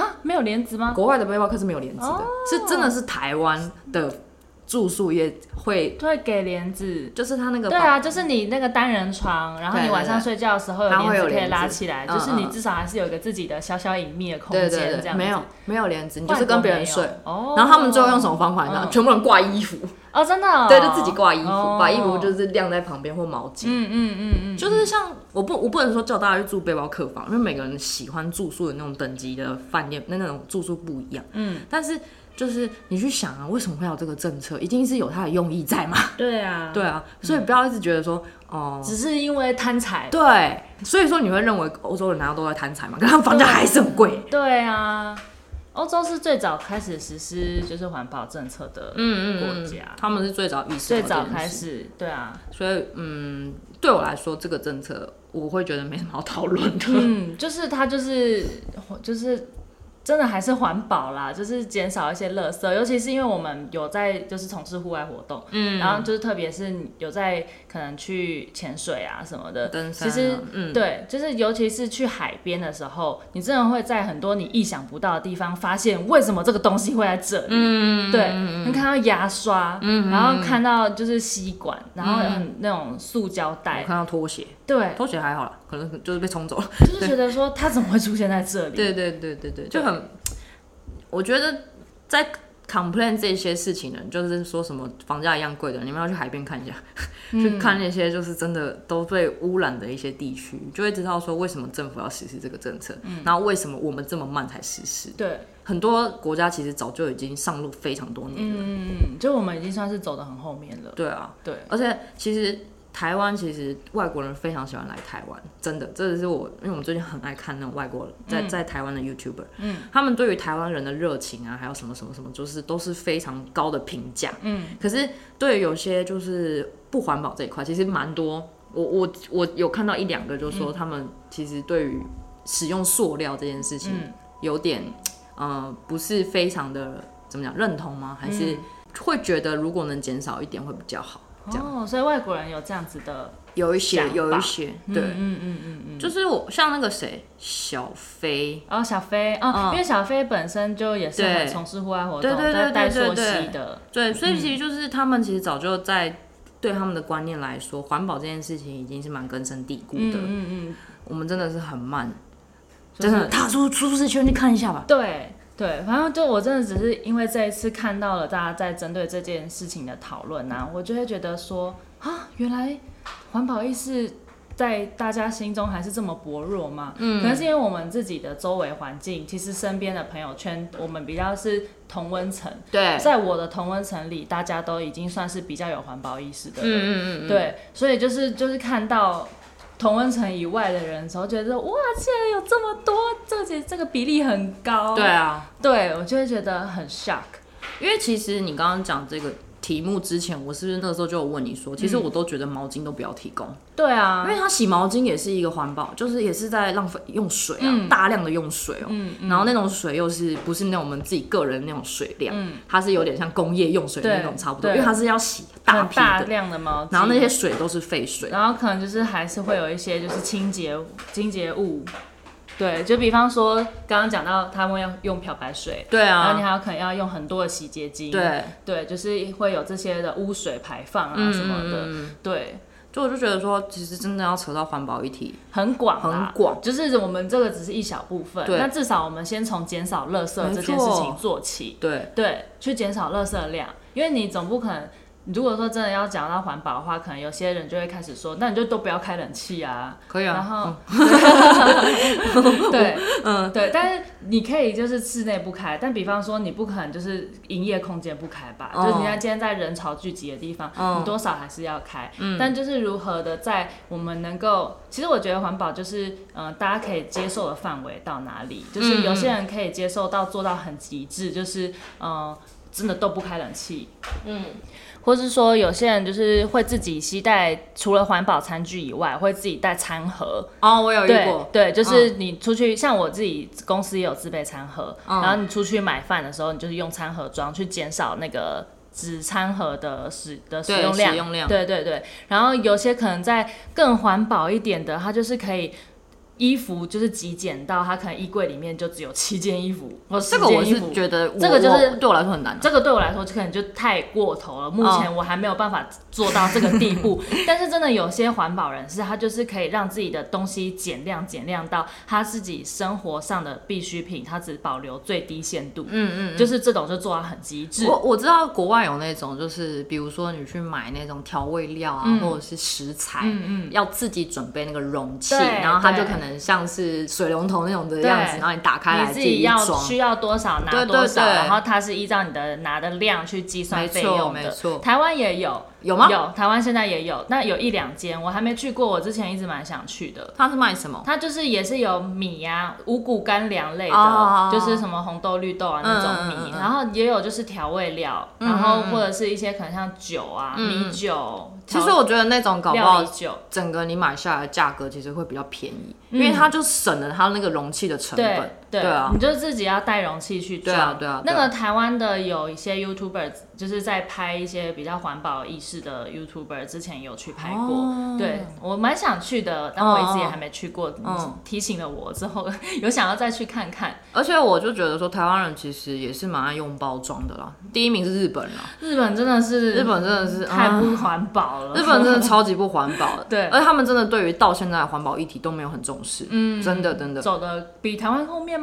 [SPEAKER 2] 哦没有帘子吗？
[SPEAKER 1] 国外的背包客是没有帘子的，是真的是台湾的住宿业会，
[SPEAKER 2] 对，给帘子。
[SPEAKER 1] 就是他那个
[SPEAKER 2] 对啊，就是你那个单人床，然后
[SPEAKER 1] 对
[SPEAKER 2] 你
[SPEAKER 1] 对
[SPEAKER 2] 晚上
[SPEAKER 1] 对
[SPEAKER 2] 睡觉的时候
[SPEAKER 1] 它
[SPEAKER 2] 有
[SPEAKER 1] 会有
[SPEAKER 2] 帘子可以
[SPEAKER 1] 帘
[SPEAKER 2] 拉
[SPEAKER 1] 子
[SPEAKER 2] 起来，
[SPEAKER 1] 嗯
[SPEAKER 2] 就是你
[SPEAKER 1] 嗯
[SPEAKER 2] 至少还是有一个自己的小小隐秘的空
[SPEAKER 1] 对
[SPEAKER 2] 间，
[SPEAKER 1] 对
[SPEAKER 2] 这
[SPEAKER 1] 对，
[SPEAKER 2] 样
[SPEAKER 1] 没
[SPEAKER 2] 子
[SPEAKER 1] 有没有帘子，你
[SPEAKER 2] 外
[SPEAKER 1] 就是
[SPEAKER 2] 国
[SPEAKER 1] 跟别人
[SPEAKER 2] 没有
[SPEAKER 1] 睡。
[SPEAKER 2] 哦，
[SPEAKER 1] 然后他们最后用什么方法？你知道，
[SPEAKER 2] 嗯
[SPEAKER 1] 全部人挂衣服，
[SPEAKER 2] 哦，真的哦、
[SPEAKER 1] 对，就自己挂衣服，
[SPEAKER 2] 哦
[SPEAKER 1] 把衣服就是晾在旁边或毛巾。
[SPEAKER 2] 嗯嗯嗯嗯，
[SPEAKER 1] 就是像我不我不能说叫大家去住背包客房，因为每个人喜欢住宿的那种等级的饭店那那种住宿不一样。
[SPEAKER 2] 嗯，
[SPEAKER 1] 但是就是你去想啊，为什么会有这个政策？一定是有它的用意在嘛？
[SPEAKER 2] 对啊，
[SPEAKER 1] 对，啊，所以不要一直觉得说哦、
[SPEAKER 2] 只是因为贪财，
[SPEAKER 1] 对，所以说你会认为哦欧洲人难道都在贪财嘛？可是他们房价还是很贵。
[SPEAKER 2] 对啊，欧洲是最早开始实施就是环保政策的
[SPEAKER 1] 嗯
[SPEAKER 2] 国家，
[SPEAKER 1] 他们是最早意识到
[SPEAKER 2] 最
[SPEAKER 1] 这件
[SPEAKER 2] 早
[SPEAKER 1] 事
[SPEAKER 2] 开，始，对啊，
[SPEAKER 1] 所以嗯，对我来说这个政策我会觉得没什么好讨论的。
[SPEAKER 2] 嗯，就是它就是就是真的还是环保啦，就是减少一些垃圾，尤其是因为我们有在就是从事户外活动，嗯，然后就是特别是有在可能去潜水啊什么的，
[SPEAKER 1] 登山
[SPEAKER 2] 其
[SPEAKER 1] 啊
[SPEAKER 2] 实
[SPEAKER 1] 嗯，
[SPEAKER 2] 对，就是尤其是去海边的时候，你真的会在很多你意想不到的地方发现为什么这个东西会在这里。嗯，对，你看到牙刷，嗯，然后看到就是吸管，然后很那种塑胶
[SPEAKER 1] 我
[SPEAKER 2] 袋
[SPEAKER 1] 看，到拖鞋，
[SPEAKER 2] 对，
[SPEAKER 1] 拖鞋还好啦，可能就是被冲走了。
[SPEAKER 2] 就是觉得说它怎么会出现在这里？
[SPEAKER 1] 对对对对对，就很，我觉得在 complain 这些事情的人，就是说什么房价一样贵的，你们要去海边看一下，
[SPEAKER 2] 嗯
[SPEAKER 1] 去看那些就是真的都被污染的一些地区，就会知道说为什么政府要实施这个政策，
[SPEAKER 2] 嗯
[SPEAKER 1] 然后为什么我们这么慢才实施。
[SPEAKER 2] 对，
[SPEAKER 1] 很多国家其实早就已经上路非常多年了，
[SPEAKER 2] 嗯，就我们已经算是走的很后面了。
[SPEAKER 1] 对啊，
[SPEAKER 2] 对，
[SPEAKER 1] 而且其实台湾其实外国人非常喜欢来台湾，真的，这是我因为我们最近很爱看那种外国人在、在台湾的 YouTuber，嗯，他们对于台湾人的热情啊，还有什么什么什么，就是都是非常高的评价，嗯，可是对于有些就是不环保这一块，其实蛮多，我我我有看到一两个，就是说他们其实对于使用塑料这件事情
[SPEAKER 2] 嗯
[SPEAKER 1] 有点，呃，不是非常的怎么讲认同吗？还是会觉得如果能减少一点会比较好？这样
[SPEAKER 2] 哦，所以外国人有这样子的，
[SPEAKER 1] 有一些，
[SPEAKER 2] 想法
[SPEAKER 1] 有一些，对，
[SPEAKER 2] 嗯嗯嗯嗯嗯。
[SPEAKER 1] 就是我像那个谁，小飞，
[SPEAKER 2] 然后小飞啊，
[SPEAKER 1] 嗯
[SPEAKER 2] 因为小飞本身就也是
[SPEAKER 1] 对
[SPEAKER 2] 很从事户外活
[SPEAKER 1] 对
[SPEAKER 2] 动，
[SPEAKER 1] 对对
[SPEAKER 2] 在带
[SPEAKER 1] 对
[SPEAKER 2] 溯
[SPEAKER 1] 对
[SPEAKER 2] 溪的，
[SPEAKER 1] 对，所以其实就是他们其实早就在对他们的观念来说，环保这件事情已经是蛮根深蒂固的。
[SPEAKER 2] 嗯嗯，
[SPEAKER 1] 我们真的是很慢，
[SPEAKER 2] 就是
[SPEAKER 1] 真的踏出舒适圈去看一下吧。
[SPEAKER 2] 对对，反正就我真的只是因为这一次看到了大家在针对这件事情的讨论啊，我就会觉得说啊，原来环保意识在大家心中还是这么薄弱吗？嗯，可能是因为我们自己的周围环境，其实身边的朋友圈，我们比较是同温层，
[SPEAKER 1] 对，
[SPEAKER 2] 在我的同温层里，大家都已经算是比较有环保意识的人，
[SPEAKER 1] 嗯嗯嗯，
[SPEAKER 2] 对，所以就是就是看到同温层以外的人的时候，觉得哇，竟然有这么多，这这这个比例很高。
[SPEAKER 1] 对，啊，
[SPEAKER 2] 对我就会觉得很 shock。
[SPEAKER 1] 因为其实你刚刚讲这个题目之前，我是不是那时候就有问你说，其
[SPEAKER 2] 嗯
[SPEAKER 1] 实我都觉得毛巾都不要提供，
[SPEAKER 2] 对啊
[SPEAKER 1] 因，为它洗毛巾也是一个环保，就是也是在浪费用水啊，
[SPEAKER 2] 嗯
[SPEAKER 1] 大量的用水哦、然后那种水又是不是那种我们自己个人那种水量，它是有点像工业用水的那种
[SPEAKER 2] 对
[SPEAKER 1] 差不多，因
[SPEAKER 2] 嗯对
[SPEAKER 1] 为它是要洗大
[SPEAKER 2] 很
[SPEAKER 1] 批
[SPEAKER 2] 大
[SPEAKER 1] 的，
[SPEAKER 2] 量的毛巾，
[SPEAKER 1] 然后那些，水都是废水。
[SPEAKER 2] 然后可能就是还是会有一些就是清洁清洁物。对，就比方说刚刚讲到他们要用漂白水，
[SPEAKER 1] 对
[SPEAKER 2] 然后你
[SPEAKER 1] 啊，
[SPEAKER 2] 还有可能要用很多的洗洁精，
[SPEAKER 1] 对，
[SPEAKER 2] 对，就是会有这些的污水排放啊
[SPEAKER 1] 嗯
[SPEAKER 2] 什么的，对，
[SPEAKER 1] 就我就觉得说，其实真的要扯到环保议题，
[SPEAKER 2] 很广啦，
[SPEAKER 1] 很广
[SPEAKER 2] 就是我们这个只是一小部分，
[SPEAKER 1] 对
[SPEAKER 2] 那至少我们先从减少垃圾
[SPEAKER 1] 没
[SPEAKER 2] 这件
[SPEAKER 1] 错
[SPEAKER 2] 事情做起，
[SPEAKER 1] 对
[SPEAKER 2] 对，去减少垃圾量，因为你总不可能如果说真的要讲到环保的话，可能有些人就会开始说，那你就都不要开冷气啊。
[SPEAKER 1] 可以
[SPEAKER 2] 然
[SPEAKER 1] 啊，
[SPEAKER 2] 后，对，嗯，对，但是你可以就是室内不开，但比方说你不可能就是营业空间不开吧，
[SPEAKER 1] 哦
[SPEAKER 2] 就是你在今天在人潮聚集的地方，
[SPEAKER 1] 哦
[SPEAKER 2] 你多少还是要开。
[SPEAKER 1] 嗯
[SPEAKER 2] 但就是如何的在我们能够，其实我觉得环保就是，嗯、大家可以接受的范围到哪里，
[SPEAKER 1] 嗯
[SPEAKER 2] 就是有些人可以接受到做到很极致，就是嗯、呃真的都不开冷气，
[SPEAKER 1] 嗯
[SPEAKER 2] 或是说有些人就是会自己携带，除了环保餐具以外，会自己带餐盒。
[SPEAKER 1] 哦，我有遇
[SPEAKER 2] 对
[SPEAKER 1] 过，
[SPEAKER 2] 对，就是你出去，像我自己公司也有自备餐盒，
[SPEAKER 1] 嗯
[SPEAKER 2] 然后你出去买饭的时候，你就是用餐盒装，去减少那个纸餐盒的使的使
[SPEAKER 1] 对
[SPEAKER 2] 用量。
[SPEAKER 1] 使用量
[SPEAKER 2] 对对对。然后有些可能在更环保一点的，它就是可以。衣服就是极简到它可能衣柜里面就只有七件衣服，或
[SPEAKER 1] 这
[SPEAKER 2] 十
[SPEAKER 1] 个我
[SPEAKER 2] 件衣
[SPEAKER 1] 是
[SPEAKER 2] 服。
[SPEAKER 1] 觉得我，
[SPEAKER 2] 这个就是
[SPEAKER 1] 我对我来说很难啊。
[SPEAKER 2] 这个对我来说就可能就太过头
[SPEAKER 1] 哦
[SPEAKER 2] 了，目前我还没有办法做到这个地 步。但是真的有些环保人士，他就是可以让自己的东西减量减量到他自己生活上的必需品，他只保留最低限度。嗯嗯就是这种就做到很极致。
[SPEAKER 1] 我我知道国外有那种，就是比如说你去买那种调味料啊，或者是食材，
[SPEAKER 2] 嗯
[SPEAKER 1] 要自己准备那个容器，
[SPEAKER 2] 对
[SPEAKER 1] 然后它就
[SPEAKER 2] 对
[SPEAKER 1] 可能像是水龙头那种的样子，
[SPEAKER 2] 对
[SPEAKER 1] 然后你打开来
[SPEAKER 2] 你自
[SPEAKER 1] 己
[SPEAKER 2] 己要
[SPEAKER 1] 装。
[SPEAKER 2] 需要多少拿
[SPEAKER 1] 对对
[SPEAKER 2] 多少，
[SPEAKER 1] 对
[SPEAKER 2] 然后它是依照你的拿的量去计算
[SPEAKER 1] 没
[SPEAKER 2] 费
[SPEAKER 1] 错
[SPEAKER 2] 用的。
[SPEAKER 1] 没错
[SPEAKER 2] 台湾也有
[SPEAKER 1] 有吗
[SPEAKER 2] 有，台湾现在也有，那有一两间我还没去过，我之前一直蛮想去的。
[SPEAKER 1] 它是卖什么？
[SPEAKER 2] 它就是也是有米呀、五谷干粮类的，
[SPEAKER 1] 哦
[SPEAKER 2] 就是什么红豆、绿豆啊那种米，
[SPEAKER 1] 嗯嗯嗯嗯嗯
[SPEAKER 2] 然后也有就是调味料，然后或者是一些可能像酒啊、米酒，
[SPEAKER 1] 其实我觉得那种搞
[SPEAKER 2] 调
[SPEAKER 1] 不
[SPEAKER 2] 料
[SPEAKER 1] 好
[SPEAKER 2] 理酒，
[SPEAKER 1] 整个你买下来的价格其实会比较便宜，因为它就省了它那个容器的成
[SPEAKER 2] 嗯对
[SPEAKER 1] 本。
[SPEAKER 2] 对
[SPEAKER 1] 啊，
[SPEAKER 2] 你就自己要带容器去
[SPEAKER 1] 对
[SPEAKER 2] 装。
[SPEAKER 1] 啊对啊对
[SPEAKER 2] 那
[SPEAKER 1] 啊
[SPEAKER 2] 个台湾的有一些 YouTuber 就是在拍一些比较环保意识的 YouTuber，之前有去拍过。
[SPEAKER 1] 哦
[SPEAKER 2] 对我蛮想去的，但我一直也还没去过。
[SPEAKER 1] 哦
[SPEAKER 2] 你提醒了我之后， 有想要再去看看。
[SPEAKER 1] 而且我就觉得说台湾人其实也是蛮爱用包装的啦。第一名是日本啦，
[SPEAKER 2] 日本真的是
[SPEAKER 1] 日本真的是
[SPEAKER 2] 太
[SPEAKER 1] 啊
[SPEAKER 2] 不环保了。
[SPEAKER 1] 日本真的超级不环保的，
[SPEAKER 2] 对
[SPEAKER 1] 而且他们真的 对于到现在的环保议题都没有很重视，嗯，真的真的，
[SPEAKER 2] 走的比台湾后面吗？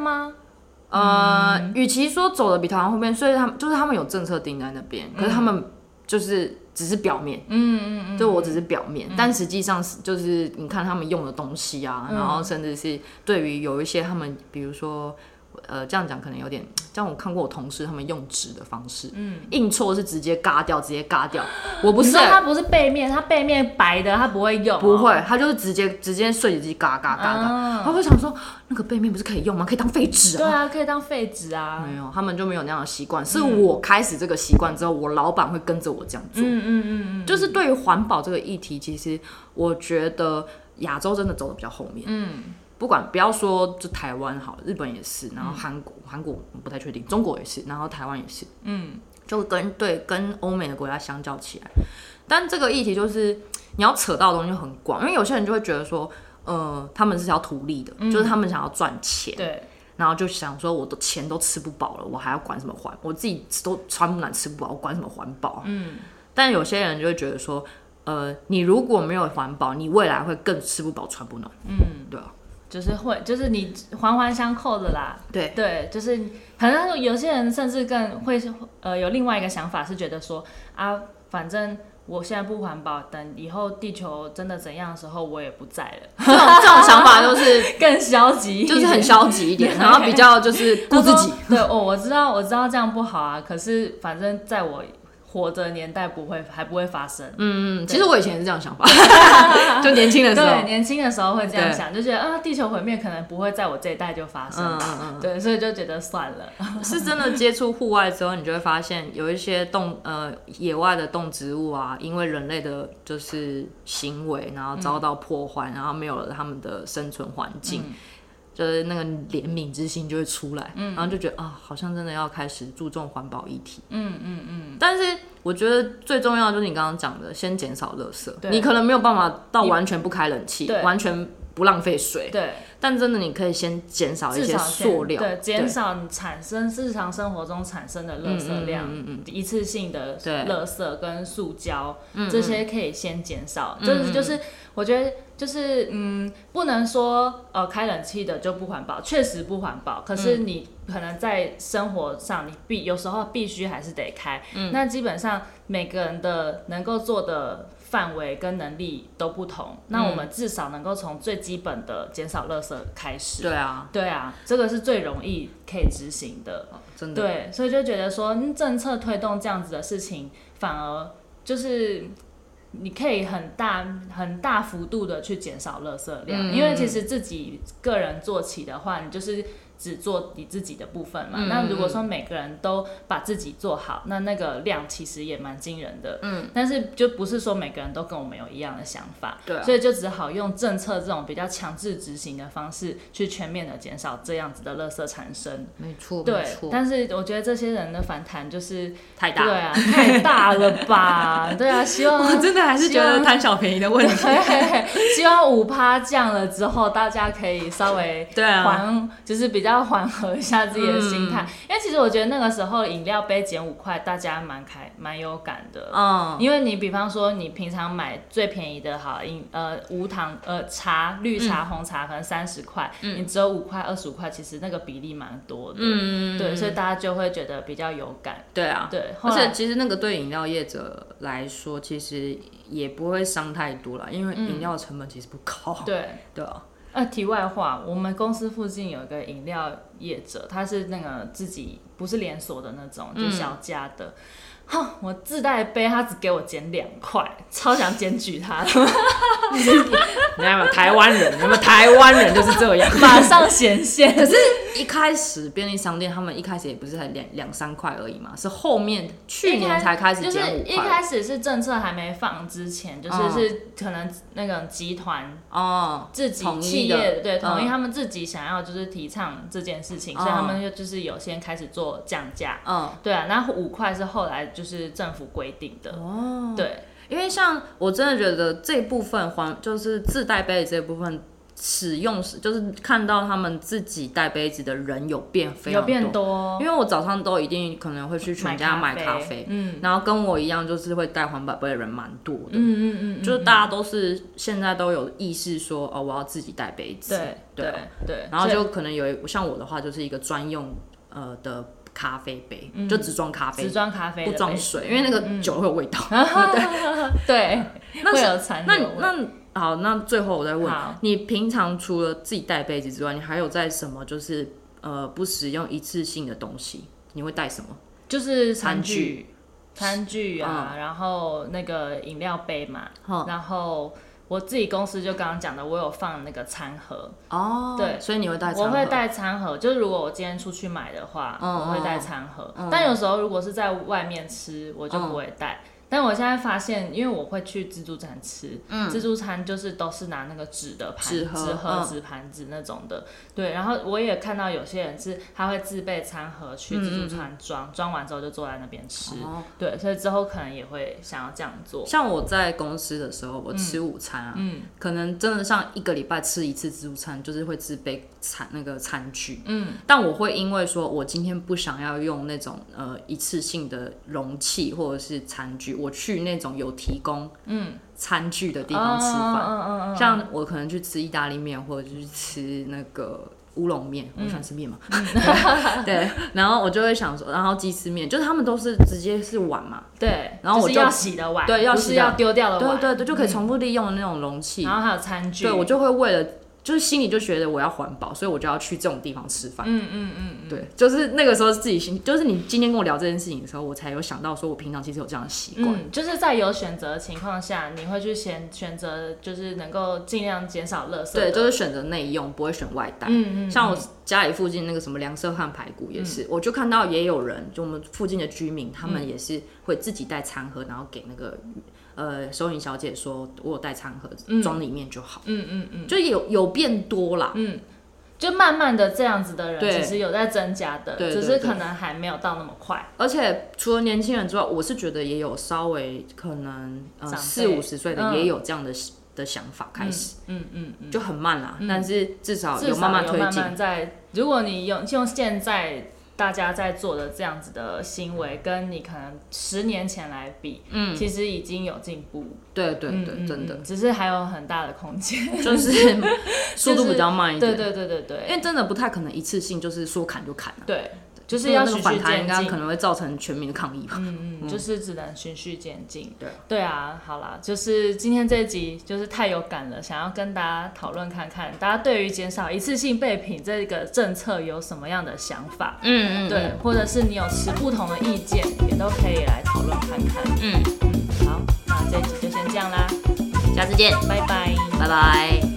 [SPEAKER 1] 呃，与其说走的比台湾后面，所以他们就是他们有政策定在那边，可是他们就是只是表面，嗯嗯嗯，就嗯我只是表面，但实际上是就是你看他们用的东西啊，然后甚至是对于有一些他们，比如说。呃，这样讲可能有点，像我看过我同事他们用纸的方式，嗯，印错是直接嘎掉，直接嘎 掉。我不
[SPEAKER 2] 你
[SPEAKER 1] 是
[SPEAKER 2] 说，它不是背面，它背面白的，它不会用哦、啊
[SPEAKER 1] 不会，他就是直接直接碎纸机嘎嘎嘎嘎。然后我想说，那个背面不是可以用吗？可以当废纸
[SPEAKER 2] 对
[SPEAKER 1] 啊。
[SPEAKER 2] 啊，可以当废纸啊。
[SPEAKER 1] 没有，他们就没有那样的习惯。是我开始这个习惯之后，我老板会跟着我这样做。
[SPEAKER 2] 嗯嗯嗯
[SPEAKER 1] 就是对于环保这个议题，其实我觉得亚洲真的走的比较后面。
[SPEAKER 2] 嗯
[SPEAKER 1] 不管不要说就台湾好了，日本也是，然后韩国韩国我不太确定，中国也是，然后台湾也是。
[SPEAKER 2] 嗯
[SPEAKER 1] 就跟对跟欧美的国家相较起来，但这个议题就是你要扯到的东西就很广，因为有些人就会觉得说，呃，他们是要图利的，就是他们想要赚钱
[SPEAKER 2] 嗯，，对，
[SPEAKER 1] 然后就想说，我的钱都吃不饱了，我还要管什么环？我自己都穿不暖吃不饱，我管什么环保？啊
[SPEAKER 2] 嗯，
[SPEAKER 1] 但有些人就会觉得说，呃，你如果没有环保，你未来会更吃不饱穿不暖。嗯，对啊，
[SPEAKER 2] 就是会，就是你环环相扣的啦。
[SPEAKER 1] 对，
[SPEAKER 2] 对，就是可能有些人甚至更会呃有另外一个想法，是觉得说啊，反正。我现在不环保，等以后地球真的怎样的时候，我也不在了，
[SPEAKER 1] 这种 这种想法都是
[SPEAKER 2] 更消极一点，
[SPEAKER 1] 就是很消极一点，然后比较就是顾
[SPEAKER 2] 他
[SPEAKER 1] 自
[SPEAKER 2] 说
[SPEAKER 1] 己。。
[SPEAKER 2] 对，哦，我知道，我知道这样不好啊。可是反正在我活着的年代不会，还不会发生。嗯，
[SPEAKER 1] 嗯，其实我以前也是这样 想法，就年轻的时候。
[SPEAKER 2] 对，年轻的时候会这样
[SPEAKER 1] 哦对
[SPEAKER 2] 想，就觉得啊，地球毁灭可能不会在我这一代就发生。
[SPEAKER 1] 嗯嗯
[SPEAKER 2] 对，所以就觉得算了。
[SPEAKER 1] 嗯，是真的接触户外之后，你就会发现有一些动呃野外的动植物啊，因为人类的就是行为，然后遭到破坏，然后没有了他们的生存环境，
[SPEAKER 2] 嗯
[SPEAKER 1] 就是那个怜悯之心就会出来，然后就觉得啊，好像真的要开始注重环保议题。
[SPEAKER 2] 嗯嗯嗯，
[SPEAKER 1] 但是我觉得最重要的就是你刚刚讲的，先减少垃圾。
[SPEAKER 2] 对
[SPEAKER 1] 你可能没有办法到
[SPEAKER 2] 你
[SPEAKER 1] 完全不开冷气
[SPEAKER 2] 对，
[SPEAKER 1] 完全不不浪费水，
[SPEAKER 2] 对，
[SPEAKER 1] 但真的你可以先减少一
[SPEAKER 2] 至
[SPEAKER 1] 些
[SPEAKER 2] 少
[SPEAKER 1] 塑料，
[SPEAKER 2] 对，减少你产生日常生活中产生的垃
[SPEAKER 1] 嗯
[SPEAKER 2] 圾量，一次性的
[SPEAKER 1] 对嗯
[SPEAKER 2] 垃圾跟塑胶，这些可以先减少。就是就是，我觉得就是嗯，不能说呃开冷气的就不环保，确实不环保。可
[SPEAKER 1] 嗯
[SPEAKER 2] 是你可能在生活上，你必有时候必须还是得开。
[SPEAKER 1] 嗯
[SPEAKER 2] 那基本上每个人的能够做的。范围跟能力都不同，那
[SPEAKER 1] 嗯
[SPEAKER 2] 我们至少能够从最基本的减少垃圾开始。
[SPEAKER 1] 对啊，
[SPEAKER 2] 对啊，这个是最容易可以执行的。
[SPEAKER 1] 真的，
[SPEAKER 2] 对，所以就觉得说，嗯政策推动这样子的事情，反而就是你可以很大很大幅度的去减少垃圾量，
[SPEAKER 1] 嗯
[SPEAKER 2] 因为其实自己个人做起的话，你就是。只做你自己的部分嘛，
[SPEAKER 1] 嗯
[SPEAKER 2] 那如果说每个人都把自己做好，那那个量其实也蛮惊人的。嗯，但是就不是说每个人都跟我们有一样的想法，
[SPEAKER 1] 对啊
[SPEAKER 2] 所以就只好用政策这种比较强制执行的方式，去全面的减少这样子的垃圾产生。
[SPEAKER 1] 没错，
[SPEAKER 2] 对
[SPEAKER 1] 没，错，
[SPEAKER 2] 但是我觉得这些人的反弹就是，
[SPEAKER 1] 太大
[SPEAKER 2] 对
[SPEAKER 1] 了，
[SPEAKER 2] 啊，太大了吧？对啊，希望
[SPEAKER 1] 我真的还是觉得
[SPEAKER 2] 希望
[SPEAKER 1] 贪小便宜的 问题，
[SPEAKER 2] 对，希望五趴降了之后，大家可以稍微
[SPEAKER 1] 对啊
[SPEAKER 2] 缓，就是比较缓和一下自己的心
[SPEAKER 1] 嗯
[SPEAKER 2] 态。因为其实我觉得那个时候饮料杯减五块，大家蛮开蛮有感的。
[SPEAKER 1] 嗯，
[SPEAKER 2] 因为你比方说，你平常买最便宜的好饮呃无糖呃茶绿茶、红茶可能三十块，
[SPEAKER 1] 嗯
[SPEAKER 2] 你只有五块二十五块，其实那个比例蛮多的，嗯，对，所以大家就会觉得比较有感，
[SPEAKER 1] 对啊，
[SPEAKER 2] 对，后
[SPEAKER 1] 而且
[SPEAKER 2] 来
[SPEAKER 1] 其实那个对饮料业者来说，其实也不会伤太多啦，因为饮料成本其实不高。
[SPEAKER 2] 嗯对。
[SPEAKER 1] 对啊，
[SPEAKER 2] 呃，题外话，我们公司附近有一个饮料业者，他是那个自己不是连锁的那种，就
[SPEAKER 1] 嗯
[SPEAKER 2] 小家的。哼，我自带杯，他只给我减两块，超想检举 他的，
[SPEAKER 1] 你看有没有台湾人？有没有台湾人就是这样？
[SPEAKER 2] 马上显现。可是
[SPEAKER 1] 一开始便利商店他们一开始也不是才两两三块而已嘛，是后面去年才开始
[SPEAKER 2] 就是
[SPEAKER 1] 减五
[SPEAKER 2] 一
[SPEAKER 1] 块。
[SPEAKER 2] 开始是政策还没放之前，就是
[SPEAKER 1] 嗯
[SPEAKER 2] 是可能那个集团
[SPEAKER 1] 哦，
[SPEAKER 2] 自己
[SPEAKER 1] 统
[SPEAKER 2] 企
[SPEAKER 1] 一的
[SPEAKER 2] 业对统一
[SPEAKER 1] 嗯
[SPEAKER 2] 他们自己想要就是提倡这件事情，所以
[SPEAKER 1] 哦
[SPEAKER 2] 他们就就是有先开始做降价。
[SPEAKER 1] 嗯，
[SPEAKER 2] 对啊，那五块是后来就是政府规定的哦，对，
[SPEAKER 1] 因为像我真的觉得这部分环就是自带杯子这部分使用时，就是看到他们自己带杯子的人有变非
[SPEAKER 2] 有
[SPEAKER 1] 常
[SPEAKER 2] 变多，
[SPEAKER 1] 因为我早上都一定可能会去全家买咖啡，
[SPEAKER 2] 嗯
[SPEAKER 1] 然后跟我一样就是会带环保杯的人蛮多的，
[SPEAKER 2] 嗯嗯嗯，
[SPEAKER 1] 就是大家都是现在都有意识说哦，我要自己带杯子，
[SPEAKER 2] 对
[SPEAKER 1] 对
[SPEAKER 2] 对对，
[SPEAKER 1] 然后
[SPEAKER 2] 所以
[SPEAKER 1] 就可能有一像我的话就是一个专用呃的咖啡杯，就只装咖啡
[SPEAKER 2] 嗯只。装咖啡的
[SPEAKER 1] 不装
[SPEAKER 2] 杯嗯
[SPEAKER 1] 水，因为那个酒会有味道。
[SPEAKER 2] 对，
[SPEAKER 1] 那
[SPEAKER 2] 会
[SPEAKER 1] 是
[SPEAKER 2] 有残
[SPEAKER 1] 那
[SPEAKER 2] 留味
[SPEAKER 1] 那好，那最后我再问
[SPEAKER 2] 好
[SPEAKER 1] 你，平常除了自己带杯子之外，你还有在什么就是呃不使用一次性的东西？你会带什么？
[SPEAKER 2] 就是
[SPEAKER 1] 餐
[SPEAKER 2] 餐具、餐具啊，然后那个饮料杯嘛，
[SPEAKER 1] 嗯
[SPEAKER 2] 然后我自己公司就刚刚讲的，我有放那个餐盒，
[SPEAKER 1] 哦，
[SPEAKER 2] 对
[SPEAKER 1] 所以你会带餐
[SPEAKER 2] 我
[SPEAKER 1] 盒，
[SPEAKER 2] 会带餐盒，就是如果我今天出去买的话，
[SPEAKER 1] 嗯
[SPEAKER 2] 我会带餐盒。但有时候如果是在外面吃，我就
[SPEAKER 1] 嗯
[SPEAKER 2] 不会带。但我现在发现，因为我会去自助餐吃，自助餐就是都是拿那个纸的盘、
[SPEAKER 1] 嗯纸
[SPEAKER 2] 纸
[SPEAKER 1] 盒
[SPEAKER 2] 盒、
[SPEAKER 1] 嗯
[SPEAKER 2] 纸盘子那种的。对，然后我也看到有些人是他会自备餐盒去自助餐装，装完之后就坐在那边吃。
[SPEAKER 1] 嗯哦
[SPEAKER 2] 对，所以之后可能也会想要这样做。
[SPEAKER 1] 像我在公司的时候，我吃午餐
[SPEAKER 2] 嗯
[SPEAKER 1] 啊，可能真的像一个礼拜吃一次自助餐，就是会自备餐那个餐具，嗯，但我会因为说我今天不想要用那种呃一次性的容器或者是餐具，我去那种有提供嗯餐具的地方吃饭，
[SPEAKER 2] 嗯嗯嗯嗯，
[SPEAKER 1] 像我可能去吃意大利面，或者是吃那个乌龙面，我喜欢吃面嘛， 对，然后我就会想说，然后鸡丝面，就是他们都是直接是碗嘛，
[SPEAKER 2] 对，
[SPEAKER 1] 然后我
[SPEAKER 2] 就是
[SPEAKER 1] 就
[SPEAKER 2] 要洗的碗，
[SPEAKER 1] 对要
[SPEAKER 2] 不
[SPEAKER 1] 洗
[SPEAKER 2] 是
[SPEAKER 1] 的
[SPEAKER 2] 要丢掉的
[SPEAKER 1] 对
[SPEAKER 2] 碗，
[SPEAKER 1] 对对，就可以重复利用的那种容器，
[SPEAKER 2] 然后还有餐具，
[SPEAKER 1] 对我就会为了。就是心里就觉得我要环保，所以我就要去这种地方吃饭。嗯嗯嗯，对，就是那个时候自己心，就是你今天跟我聊这件事情的时候，我才有想到说，我平常其实有这样的习惯。
[SPEAKER 2] 嗯，就是在有选择的情况下，你会去选选择，就是能够尽量减少垃圾
[SPEAKER 1] 对，
[SPEAKER 2] 的。
[SPEAKER 1] 就是选择内用，不会选外带。
[SPEAKER 2] 嗯嗯，
[SPEAKER 1] 像我家里附近那个什么凉色汉排骨也是，我就看到也有人，就我们附近的居民，他们也是会自己带餐盒，然后给那个呃收银小姐说，我有带餐盒，装里面就好。嗯嗯嗯，就有有变多啦。
[SPEAKER 2] 就慢慢的这样子的人，
[SPEAKER 1] 对
[SPEAKER 2] 其实有在增加的，
[SPEAKER 1] 对
[SPEAKER 2] 只
[SPEAKER 1] 对
[SPEAKER 2] 是
[SPEAKER 1] 对
[SPEAKER 2] 可能还没有到那么快。
[SPEAKER 1] 而且除了年轻人之外，我是觉得也有稍微可能呃
[SPEAKER 2] 长辈
[SPEAKER 1] 四五十岁的
[SPEAKER 2] 嗯
[SPEAKER 1] 也有这样的习的想法开始，
[SPEAKER 2] 嗯嗯嗯，
[SPEAKER 1] 就很慢啦。但是至少
[SPEAKER 2] 至
[SPEAKER 1] 哦有
[SPEAKER 2] 少
[SPEAKER 1] 慢慢推
[SPEAKER 2] 慢
[SPEAKER 1] 进，
[SPEAKER 2] 慢在，如果你用用现在大家在做的这样子的行为，跟你可能十年前来比，嗯，其实已经有进步，
[SPEAKER 1] 对对
[SPEAKER 2] 嗯
[SPEAKER 1] 对，
[SPEAKER 2] 嗯
[SPEAKER 1] 真的
[SPEAKER 2] 嗯只是还有很大的空间。
[SPEAKER 1] 就是 速度比较慢一点，
[SPEAKER 2] 对对对对对，
[SPEAKER 1] 因为真的不太可能一次性就是说砍就砍啊，
[SPEAKER 2] 对，
[SPEAKER 1] 就
[SPEAKER 2] 就
[SPEAKER 1] 是
[SPEAKER 2] 要
[SPEAKER 1] 那个
[SPEAKER 2] 循
[SPEAKER 1] 反
[SPEAKER 2] 序
[SPEAKER 1] 弹，应
[SPEAKER 2] 渐
[SPEAKER 1] 该
[SPEAKER 2] 进
[SPEAKER 1] 可。能会造成全民的抗议吧。
[SPEAKER 2] 嗯嗯，就是只能循序渐进。
[SPEAKER 1] 对
[SPEAKER 2] 对啊，好啦，就是今天这一集就是太有感了，想要跟大家讨论看看，大家对于减少一次性备品这个政策有什么样的想法？
[SPEAKER 1] 嗯嗯，
[SPEAKER 2] 对，或者是你有持不同的意见，也都可以来讨论看看。
[SPEAKER 1] 嗯，
[SPEAKER 2] 好，那这一集就先这样啦，
[SPEAKER 1] 下次见，
[SPEAKER 2] 拜拜。
[SPEAKER 1] 拜拜。